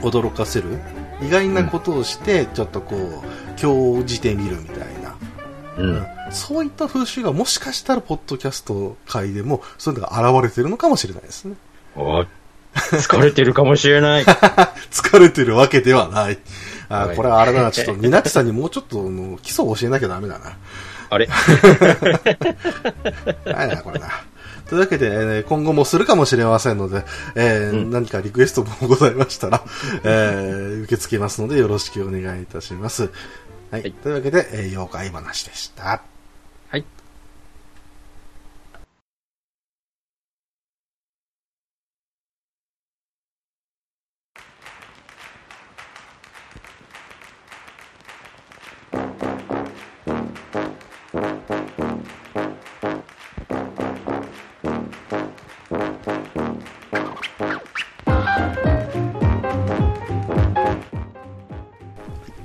A: 驚かせる意外なことをしてちょっとこう興じてみるみたいな、
B: うん、
A: そういった風習がもしかしたらポッドキャスト界でもそういうのが現れてるのかもしれないですね
B: おい疲れてるかもしれ ない
A: 疲れてるわけではないあ
B: はい
A: これはあれだなちょっとニナッチさんにもうちょっとあの基礎を教えなきゃダメだな
B: あれ
A: ないな、これな。というわけで、えー今後もするかもしれませんので、えー
B: うん
A: 何かリクエストもございましたら、えー受け付けますのでよろしくお願いいたします。はい。
B: はい
A: というわけで、えー妖怪話でした。
B: はい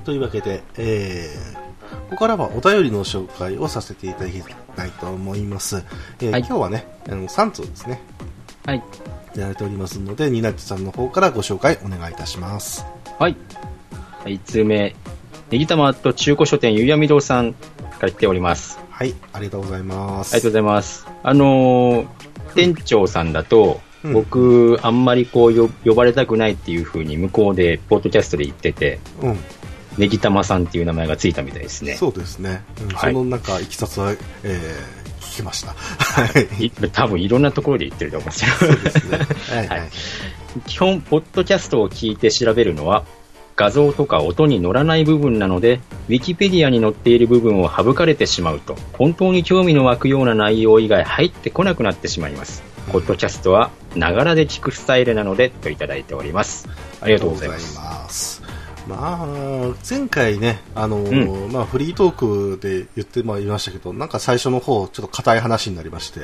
A: というわけで、えーここからはお便りの紹介をさせていただきたいと思います。えー
B: はい
A: 今日はね、あの3通ですね、
B: はい
A: いただいておりますので、ニナッチさんの方からご紹介お願いいたします。
B: はい。はい、1通目。ネギ玉と中古書店ゆうやみ堂さんから来ております。あ
A: はい、ありがとうございます。
B: りがとうございます。あのー店長さんだと、
A: うん
B: 僕、あんまりこうよ、呼ばれたくないっていう風に向こうで、ポッドキャストで言ってて、
A: うん。
B: ネギ玉さんっていう名前がついたみたいですね。
A: そうですね、うん
B: はい
A: その中いきさつは、えー聞きま したはい
B: い多分いろんなところで言ってると思うんですよ。
A: そうですねはいはい、
B: はい基本、ポッドキャストを聞いて調べるのは、画像とか音に乗らない部分なので、ウィキペディアに載っている部分を省かれてしまうと、本当に興味の湧くような内容以外入ってこなくなってしまいます。ポッドキャストは、ながらで聞くスタイルなので、といただいております。ありがとうございます。
A: ますまあ前回ねあのー、まあ、フリートークで言ってまいりましたけどなんか最初の方ちょっと硬い話になりまして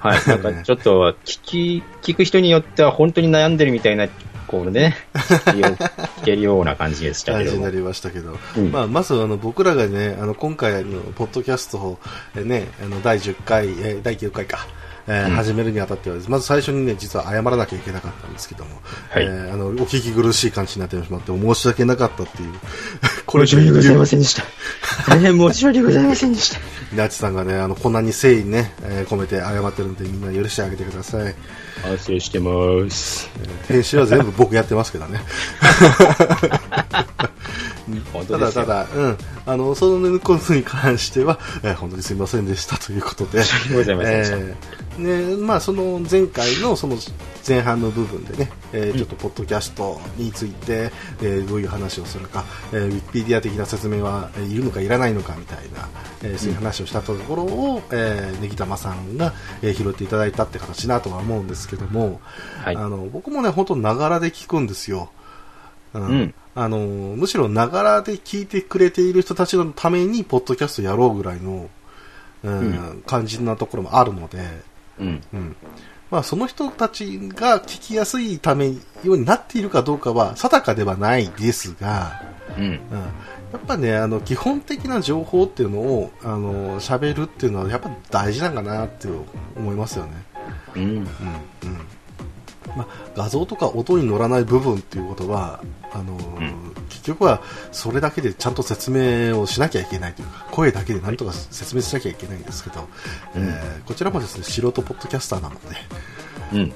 B: はい。なんか、ちょっと、聞き、聞く人によっては本当に悩んでるみたいな、こうね、聞きを聞けるような感じでしたけ
A: 大事
B: れど
A: に
B: も
A: な。りましたけど、
B: うん
A: まあ、まずあの僕らがねあの今回のポッドキャストを、えね、あの第10回、えー第9回か、えー
B: うん
A: 始めるにあたってはですまず最初にね実は謝らなきゃいけなかったんですけども、
B: はい
A: えーあのお聞き苦しい感じになってしまって申し訳なかったっていうこ
B: 申し訳ございま
A: に
B: せんでした。大変申し訳ございませんでした。
A: なちさんがねあのこんなに誠意ね、えー込めて謝ってるんでみんな許してあげてください
B: 反省してます。
A: 編集は全部僕やってますけどね
B: 本
A: た
B: 当で
A: だ
B: すよ
A: ただ、うん、あのそのことに関しては、えー本当にすみませんでしたということで、
B: 申し訳ございませんでした
A: えーねまあ、その前回のその前半の部分でね、えーちょっとポッドキャストについて、えーどういう話をするか、えーウィキペディア的な説明はえーいるのかいらないのかみたいな、えーそういう話をしたところを、えー、ネギ玉さんが、えー拾っていただいたって形だとは思うんですけども、
B: はい
A: あの僕もね、本当ながらで聞くんですよ。うん
B: うん
A: あのむしろながらで聞いてくれている人たちのためにポッドキャストやろうぐらいの、うん感じなところもあるので、
B: うん。
A: うんまあ、その人たちが聞きやすいためようになっているかどうかは定かではないですが、
B: うん。
A: うん、やっぱねあの基本的な情報っていうのをあの喋るっていうのはやっぱ大事なんかなって思いますよね。
B: うん。
A: うんうんまあ、画像とか音に乗らない部分っていうことはあのー
B: うん
A: 結局はそれだけでちゃんと説明をしなきゃいけないというか声だけでなんとか説明しなきゃいけないんですけど、
B: う
A: え
B: ん
A: ーこちらもですね素人ポッドキャスターなので、
B: うん。
A: うん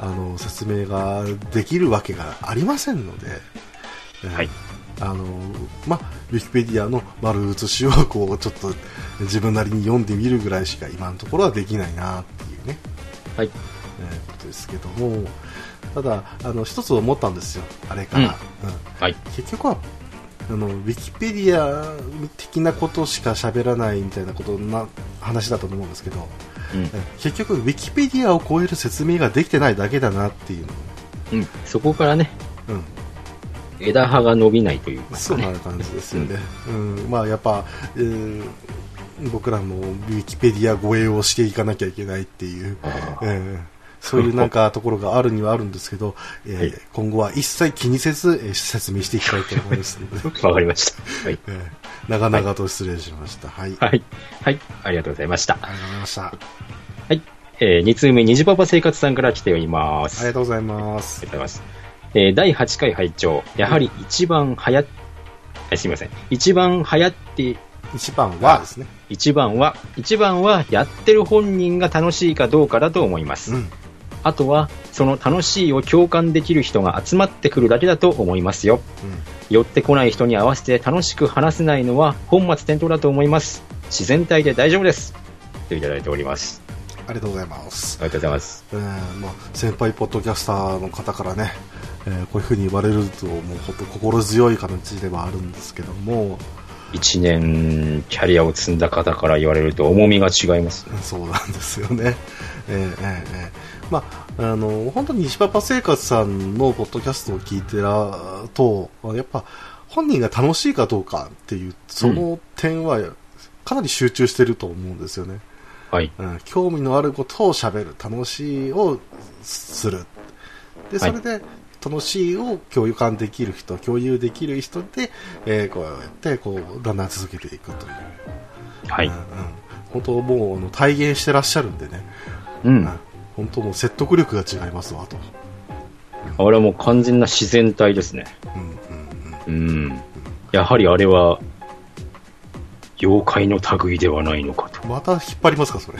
A: あの説明ができるわけがありませんので、えー
B: はい
A: あのまあ、ウィキペディアの丸写しをこうちょっと自分なりに読んでみるぐらいしか今のところはできないなっていうね、
B: はい。
A: えーことですけどもただあの一つ思ったんですよあれから、うん
B: はい。
A: 結局はあのウィキペディア的なことしか喋らないみたいなことな話だと思うんですけど、
B: う
A: 結局ウィキペディアを超える説明ができてないだけだなっていうの
B: ん。うん。そこからね、
A: うん、
B: 枝葉が伸びないというかね。
A: そんな感じですよね、うんまあやっぱ、うん僕らもウィキペディア護衛をしていかなきゃいけないっていう、
B: あー
A: ええそういうなんかところがあるにはあるんですけど、ええ
B: はい
A: 今後は一切気にせず、ええ説明していきたいと思いますので、
B: わかりました。はい。
A: ええ長々と失礼しました。はい、ありが
B: はい。はい。ありがとうございました。は
A: とうございました。あ
B: い。えー、2通目、にじパパ生活さんから来ております。
A: りがとうございます
B: ありがとうご。ざいます。えー第8回拝聴やはり一番流行っ、あすみません。一番流行って、
A: 一番はですね、
B: 一番は、一番はやってる本人が楽しいかどうかだと思います。
A: うん、
B: あとは、その楽しいを共感できる人が集まってくるだけだと思いますよ。寄ってこない人に合わせて楽しく話せないのは本末転倒だと思います。自然体で大丈夫です。といただいております。
A: うん、ありがとうございます。
B: ありがとうございます。
A: えーまあ、先輩ポッドキャスターの方からね、えーこういうふうに言われるともう本当心強い形ではあるんですけども
B: 一年キャリアを積んだ方から言われると重みが違いますね。
A: そうなんですよね、えーえーえーまあ、あの本当に西パパ生活さんのポッドキャストを聞いてらとやっぱ本人が楽しいかどうかっていうその点はかなり集中してると思うんですよね、
B: はい。
A: うん、興味のあることをしゃべる楽しいをするでそ
B: はい
A: れで楽しいを共有感できる人共有できる人で、えーこうやってこうだんだん続けていくという、
B: はい
A: うんうん。、本当もうあの体現してらっしゃるんでね、
B: う
A: うんん。、本当もう説得力が違いますわと、
B: あれはもう完全な自然体ですね。
A: うんうんうん、
B: うん。やはりあれは、妖怪の類ではないのかと。
A: また引っ張りますかそれ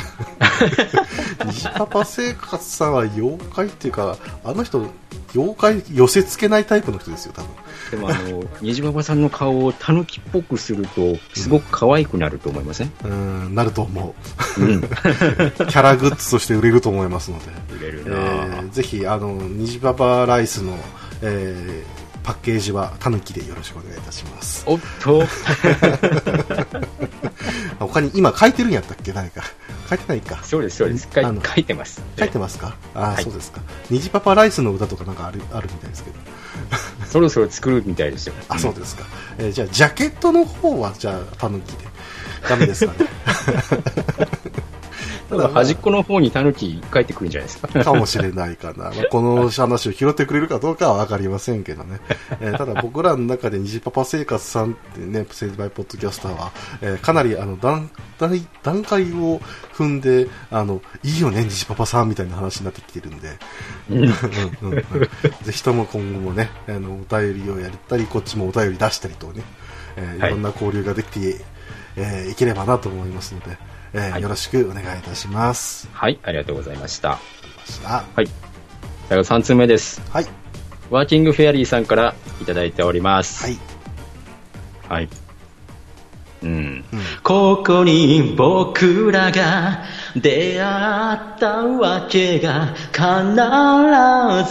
A: 西パパ生活さんは妖怪っていうかあの人妖怪寄せつけないタイプの人ですよ多分
B: でもあの、にじばばさんの顔を狸っぽくすると、すごく可愛くなると思いません
A: うんなると思う
B: うん。
A: キャラグッズとして売れると思いますので、
B: 売れる
A: え
B: なぁ
A: ーぜひあの虹パパライスの、えーパッケージはタヌキでよろしくお願いいたします
B: おっと、
A: 他に今書いてるんやったっけ誰か書いてないか
B: そうです、そうです。かい
A: あの
B: 書いてます。
A: 書いてますかあー、
B: はい
A: そうですか虹パパライスの歌とかなんかあるあるみたいですけど
B: そろそろ作るみたいですよ。
A: あそうですか、えーじゃあジャケットの方はじゃあタヌキでダメですかね
B: ただ端っこの方に狸書いてくるんじゃないですか。
A: かもしれないかな、まあこの話を拾ってくれるかどうかは分かりませんけどね、えーただ僕らの中で虹パパ生活さんってね、生バイポッドキャスターは、えーかなりあの段段段階を踏んであの、いいよね、虹パパさんみたいな話になってきてるんで、
B: うん
A: うんうんうんぜひとも今後もね、あのお便りをやったり、こっちもお便り出したりとね、えー
B: はい
A: いろんな交流ができて、えーいければなと思いますので、えー
B: はい
A: よろしくお願いいたします。
B: はい、ありがとうございました。
A: あ
B: 最後3通目です。
A: はい、
B: ワーキングフェアリーさんからいただいております。
A: はい、
B: はい。うん。
A: うん
B: ここに僕らが出会ったわけが必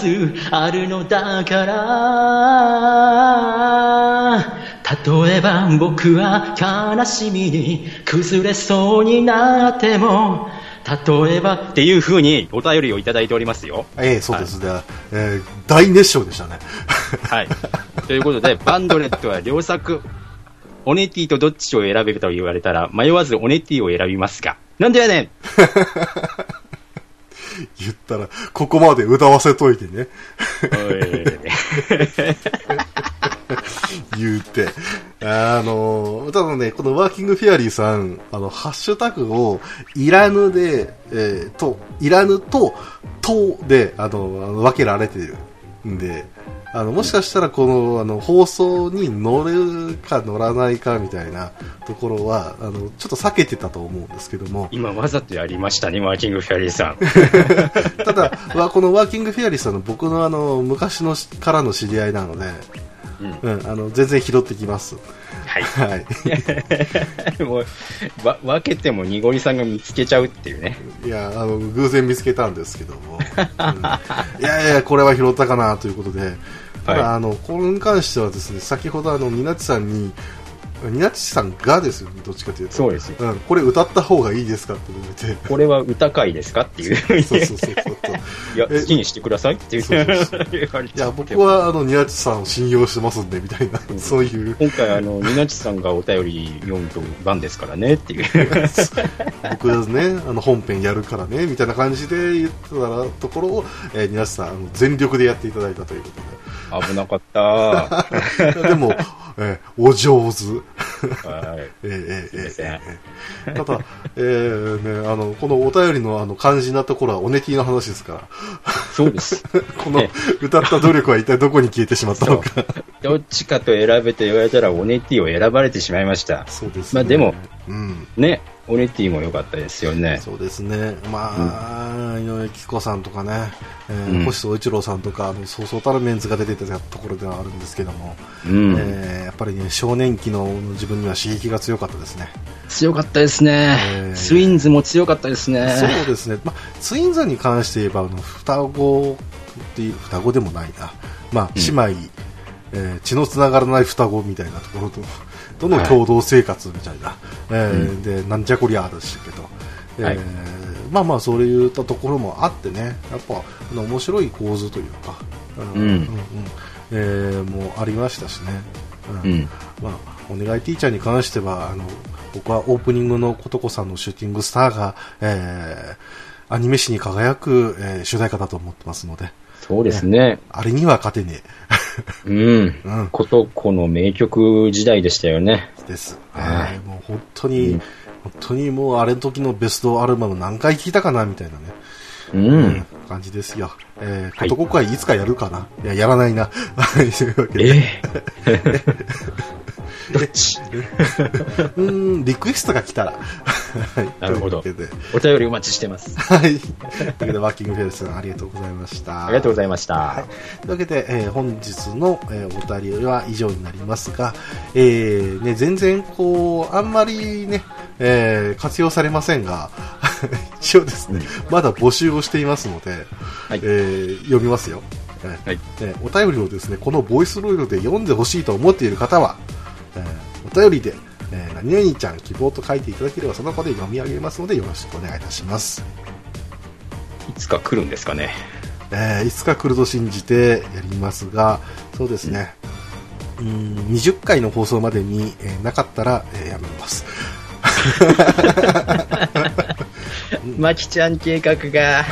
B: ずあるのだから例えば僕は悲しみに崩れそうになっても例えばっていう風にお便りをいただいておりますよ
A: ええそうですね、えー大熱唱でしたね
B: はい。ということで、バンドレットは両作。オネティとどっちを選べると言われたら、迷わずオネティを選びますが。なんでやねん
A: 言ったらここまで歌わせといてね 言うてあのただねこのワーキングフェアリーさんあのハッシュタグをいらぬで、えーといらぬととであのあの分けられてるんであのもしかしたらこのあの放送に乗るか乗らないかみたいなところはあのちょっと避けてたと思うんですけども
B: 今わざとやりましたね、マーキングフェアリーさん。
A: ただわこのワーキングフェアリーさんの僕のあの昔のしからの知り合いなので、
B: うん
A: うん、あの全然拾ってきます。
B: は
A: はい
B: い。 もう、わ分けてもニゴリさんが見つけちゃうっていうね。
A: いやあの偶然見つけたんですけども、うんいやいやこれは拾ったかなということで、ただあのこれに関してはですね先ほどあのニナチさんにニナチさんがですよねどっちかというと
B: そうですよ。
A: うん、これ歌った方がいいですかって言われて
B: これは歌会ですかって いうふうに。
A: そうそうそうそう
B: いや、
A: え
B: 好きにしてくださいっていう
A: そうそうそ
B: 言われ
A: い
B: ちゃ
A: や
B: って
A: 僕はあのニナチさんを信用してますんでみたいな、
B: うん
A: そういう
B: 今回、あの、ニナチさんがお便り読むと番ですからねって いう。
A: 僕ですねあの本編やるからねみたいな感じで言ってたらところを、えーニナチさんあの全力でやっていただいたということで。
B: 危なかった。は
A: でも、えーお上手。
B: い。
A: えーえー
B: すいません
A: えーえーただ、えーね、あの、このお便りのあの肝心なところはおねきの話ですか
B: そうです。
A: ら、この
B: ね
A: 歌った努力は一体どこに消えてしまったのか。
B: どっちかと選べと言われたら、オネティを選ばれてしまいました。
A: そうです
B: まあでも、
A: うん、
B: ね、オネティも良かったですよね。
A: そうですね。まあ、井上貴子さんとかね、えー
B: うん
A: 星総一郎さんとか、あの、そうそうたるメンツが出てたところではあるんですけども、
B: うん。
A: えーやっぱりね、少年期の自分には刺激が強かったですね。
B: 強かったですね
A: えー。
B: ツインズも強かったですね。
A: そうですね、まあ、ツインズに関して言えばあの双子っていう双子でもないな、まあ、
B: うん
A: 姉妹、えー血のつながらない双子みたいなところととの共同生活みたいな、えーでなんじゃこりゃあるしけど、えー
B: はい
A: まあまあそういったところもあってねやっぱあの面白い構図というか、
B: うん
A: えーもうありましたしね。
B: う
A: うん
B: ん。
A: まあ、お願いティーチャーに関してはあの僕はオープニングのことこさんのシューティングスターが、えーアニメ史に輝く、えー主題歌だと思ってますので
B: そうですね。
A: あれには勝てね
B: うん
A: え、う。ん、
B: ことこの名曲時代でしたよね。
A: です、
B: はい
A: えーもう本当に、
B: うん
A: 本当にもうあれの時のベストアルバム何回聴いたかなみたいなね、
B: うん。
A: 感じですよ、えー、
B: はい
A: ことこ会いつかやるかな、い、ややらないな というわけで
B: え え。どっち
A: うーんリクエストが来たら はい
B: なるほど
A: というわけで
B: お便りお待ちしてます。
A: はい。というわけで、ワーキングフェルさん、ありがとうございました。
B: ありがとうござい
A: ま
B: ました。
A: というわけで、えー本日の、えーお便りは以上になりますが、えーね、全然、こう、あんまりね、えー活用されませんが、 一応ですね、まだ募集をしていますので、
B: はい
A: えー読みますよ。えー
B: はい。
A: えーお便りをですねこのボイスロイドで読んでほしいと思っている方は、えーお便りで、えー何々ちゃん希望と書いていただければその場で読み上げますのでよろしくお願いいたします、
B: いつか来るんですかね。
A: えーいつか来ると信じてやりますがそうですねうん20回の放送までに、えーなかったら、えーやめます
B: まきちゃん計画が。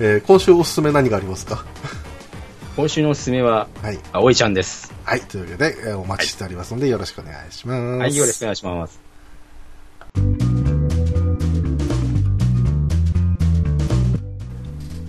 A: えー今週おすすめ何がありますか
B: 今週のおすすめは、
A: はい、
B: 葵ちゃんです。
A: はい、というわけで、えーお待ちしておりますのでよろしくお願いします、
B: はい、よろしくお願いします。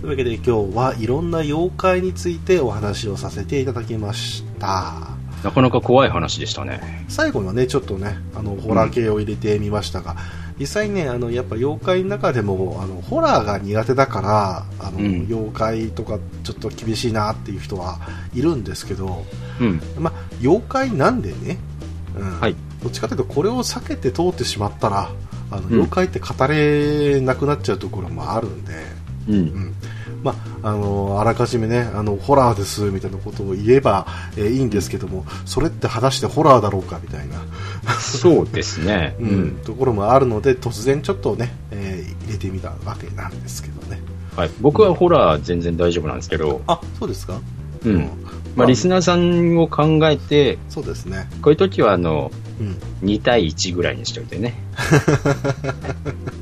A: というわけで今日はいろんな妖怪についてお話をさせていただきました
B: なかなか怖い話でしたね。
A: 最後にはねちょっとねあのホラー系を入れてみましたが、実際ねあのやっぱ妖怪の中でもあのホラーが苦手だからあの、
B: うん
A: 妖怪とかちょっと厳しいなっていう人はいるんですけど、
B: うん。
A: まあ、妖怪なんでね、うん
B: はい
A: どっちかというとこれを避けて通ってしまったらあの
B: ん
A: 妖怪って語れなくなっちゃうところもあるんで。
B: うん。
A: まあ、あのあらかじめねあのホラーですみたいなことを言えば、えーいいんですけどもそれって果たしてホラーだろうかみたいな、
B: そうですね。
A: うん。ところもあるので突然ちょっとね、えー入れてみたわけなんですけどね
B: はい。僕はホラー全然大丈夫なんですけど、
A: あそうですか
B: うんまあ、リスナーさんを考えて、
A: そうですね、
B: こういう時は、あの、
A: うん、
B: 2対1ぐらいにしておい てね。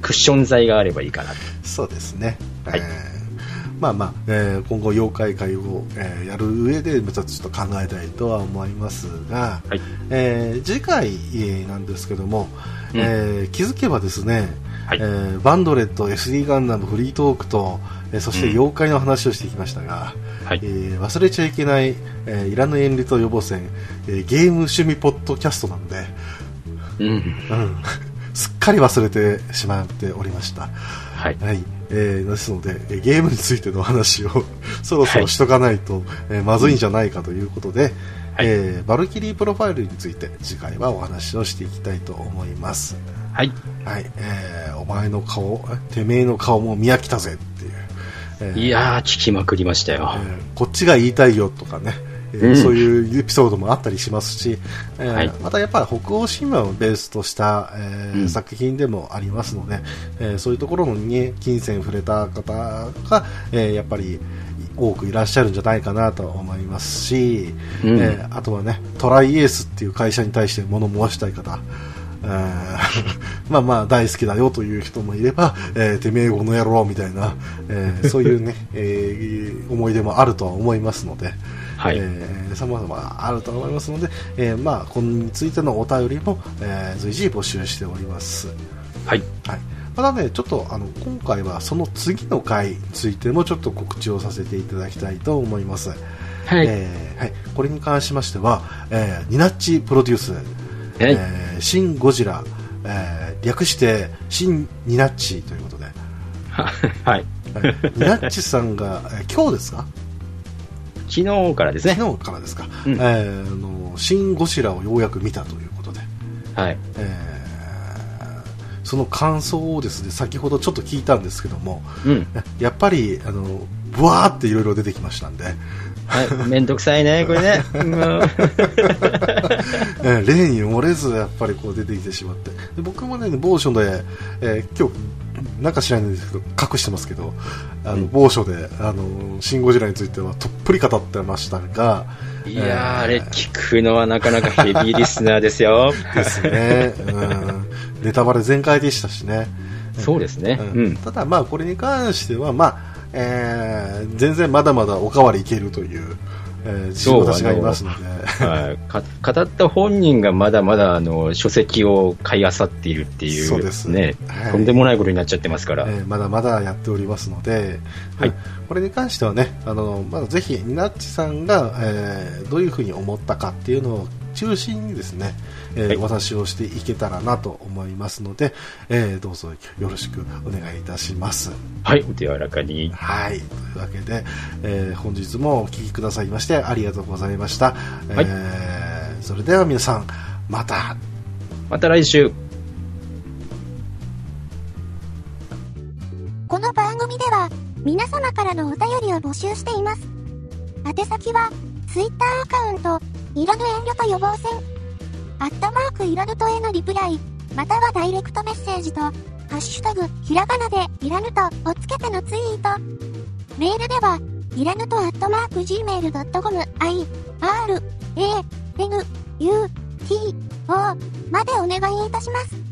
B: クッション材があればいいかなと。
A: そうですね
B: はい
A: えーまあまあ、えー今後妖怪会を、えーやる上でまたちょっと考えたいとは思いますが、
B: はい。
A: えー次回えーなんですけども、
B: うん
A: えー気づけばですね、
B: はい
A: えーバンドレット、SD ガンダム、フリートークと、えーそして妖怪の話をしてきましたが、
B: はい
A: えー忘れちゃいけない、えーいらぬ遠慮と予防線、えーゲーム趣味ポッドキャストなんで、
B: うん。
A: うん、 すっかり忘れてしまっておりました。
B: はい。
A: はい、えーですので、えーゲームについての話を そろそろしとかないと、えーまずいんじゃないかということで、
B: はい
A: えーバルキリープロファイルについて次回はお話をしていきたいと思います。
B: はい。
A: はい、えーお前の顔、えてめえの顔も見飽きたぜっていう。えー
B: いやー、聞きまくりましたよ
A: え。ーこっちが言いたいよとかね、えー
B: うん
A: そういうエピソードもあったりしますし、えー
B: はい
A: またやっぱり北欧神話をベースとした、えー
B: うん
A: 作品でもありますので、えーそういうところのね、金銭触れた方が、えーやっぱり多くいらっしゃるんじゃないかなと思いますし、
B: うん
A: えーあとはね、トライエースっていう会社に対して物申したい方、えー まあまあ大好きだよという人もいれば、えーてめえこの野郎みたいな、え ーそういうね、えー思い出もあるとは思いますので、
B: はい
A: えー、様々あると思いますので、えーまあ、これについてのお便りも、えー随時募集しております。
B: はい。
A: はい、またね、ちょっとあの今回はその次の回についてもちょっと告知をさせていただきたいと思います。
B: はい。はい。
A: えーはい、これに関しましては、えーニナッチプロデュース、えーシン・ゴジラ、えー略してシン・ニナッチということ で、
B: はい。
A: はい、ニナッチさんが、えー今日ですか
B: 昨日からですね。
A: 昨日からですか、
B: うん
A: えーあのシン・ゴジラをようやく見たということで、
B: はい。
A: えーその感想をですね先ほどちょっと聞いたんですけども
B: うん。
A: やっぱりあのブワーっていろいろ出てきましたんで、
B: はい。めんどくさいね、これね。
A: えー例に漏れずやっぱりこう出てきてしまってで僕もね某所で、えー今日なんか知らないんですけど隠してますけどあの某所で「あのシン・ゴジラ」についてはとっぷり語ってましたが
B: うんいやー、あれ聞くのはなかなかヘビーリスナーですよ。
A: ですね、うん、ネタバレ全開でしたしね、
B: そうですね。
A: うん
B: うん。
A: ただまあこれに関してはまあ、えー全然まだまだおかわりいけるという、えー、自信私がいますので
B: はい、か語った本人がまだまだあの書籍を買い漁っているっていう
A: そうです
B: ね
A: はい
B: とんでもないことになっちゃってますから、
A: えーまだまだやっておりますので、
B: はい
A: うんこれに関してはね、あのまだぜひ、ニナッチさんが、えーどういうふうに思ったかっていうのを中心にですね、えー
B: はい
A: お話をしていけたらなと思いますので、えーどうぞよろしくお願いいたします。
B: はい、お手柔らかに。
A: はい。というわけで、えー本日もお聞きくださいましてありがとうございました。
B: はい
A: えーそれでは皆さん、また
B: また来週。
C: この番組では皆様からのお便りを募集しています。宛先は Twitter アカウント、いらぬ遠慮と予防線、アットマークいらぬとへのリプライ、またはダイレクトメッセージと、ハッシュタグ、ひらがなでいらぬとをつけてのツイート。メールでは、いらぬとアットマーク gmail.com、i, r, a, n, u, t, o までお願いいたします。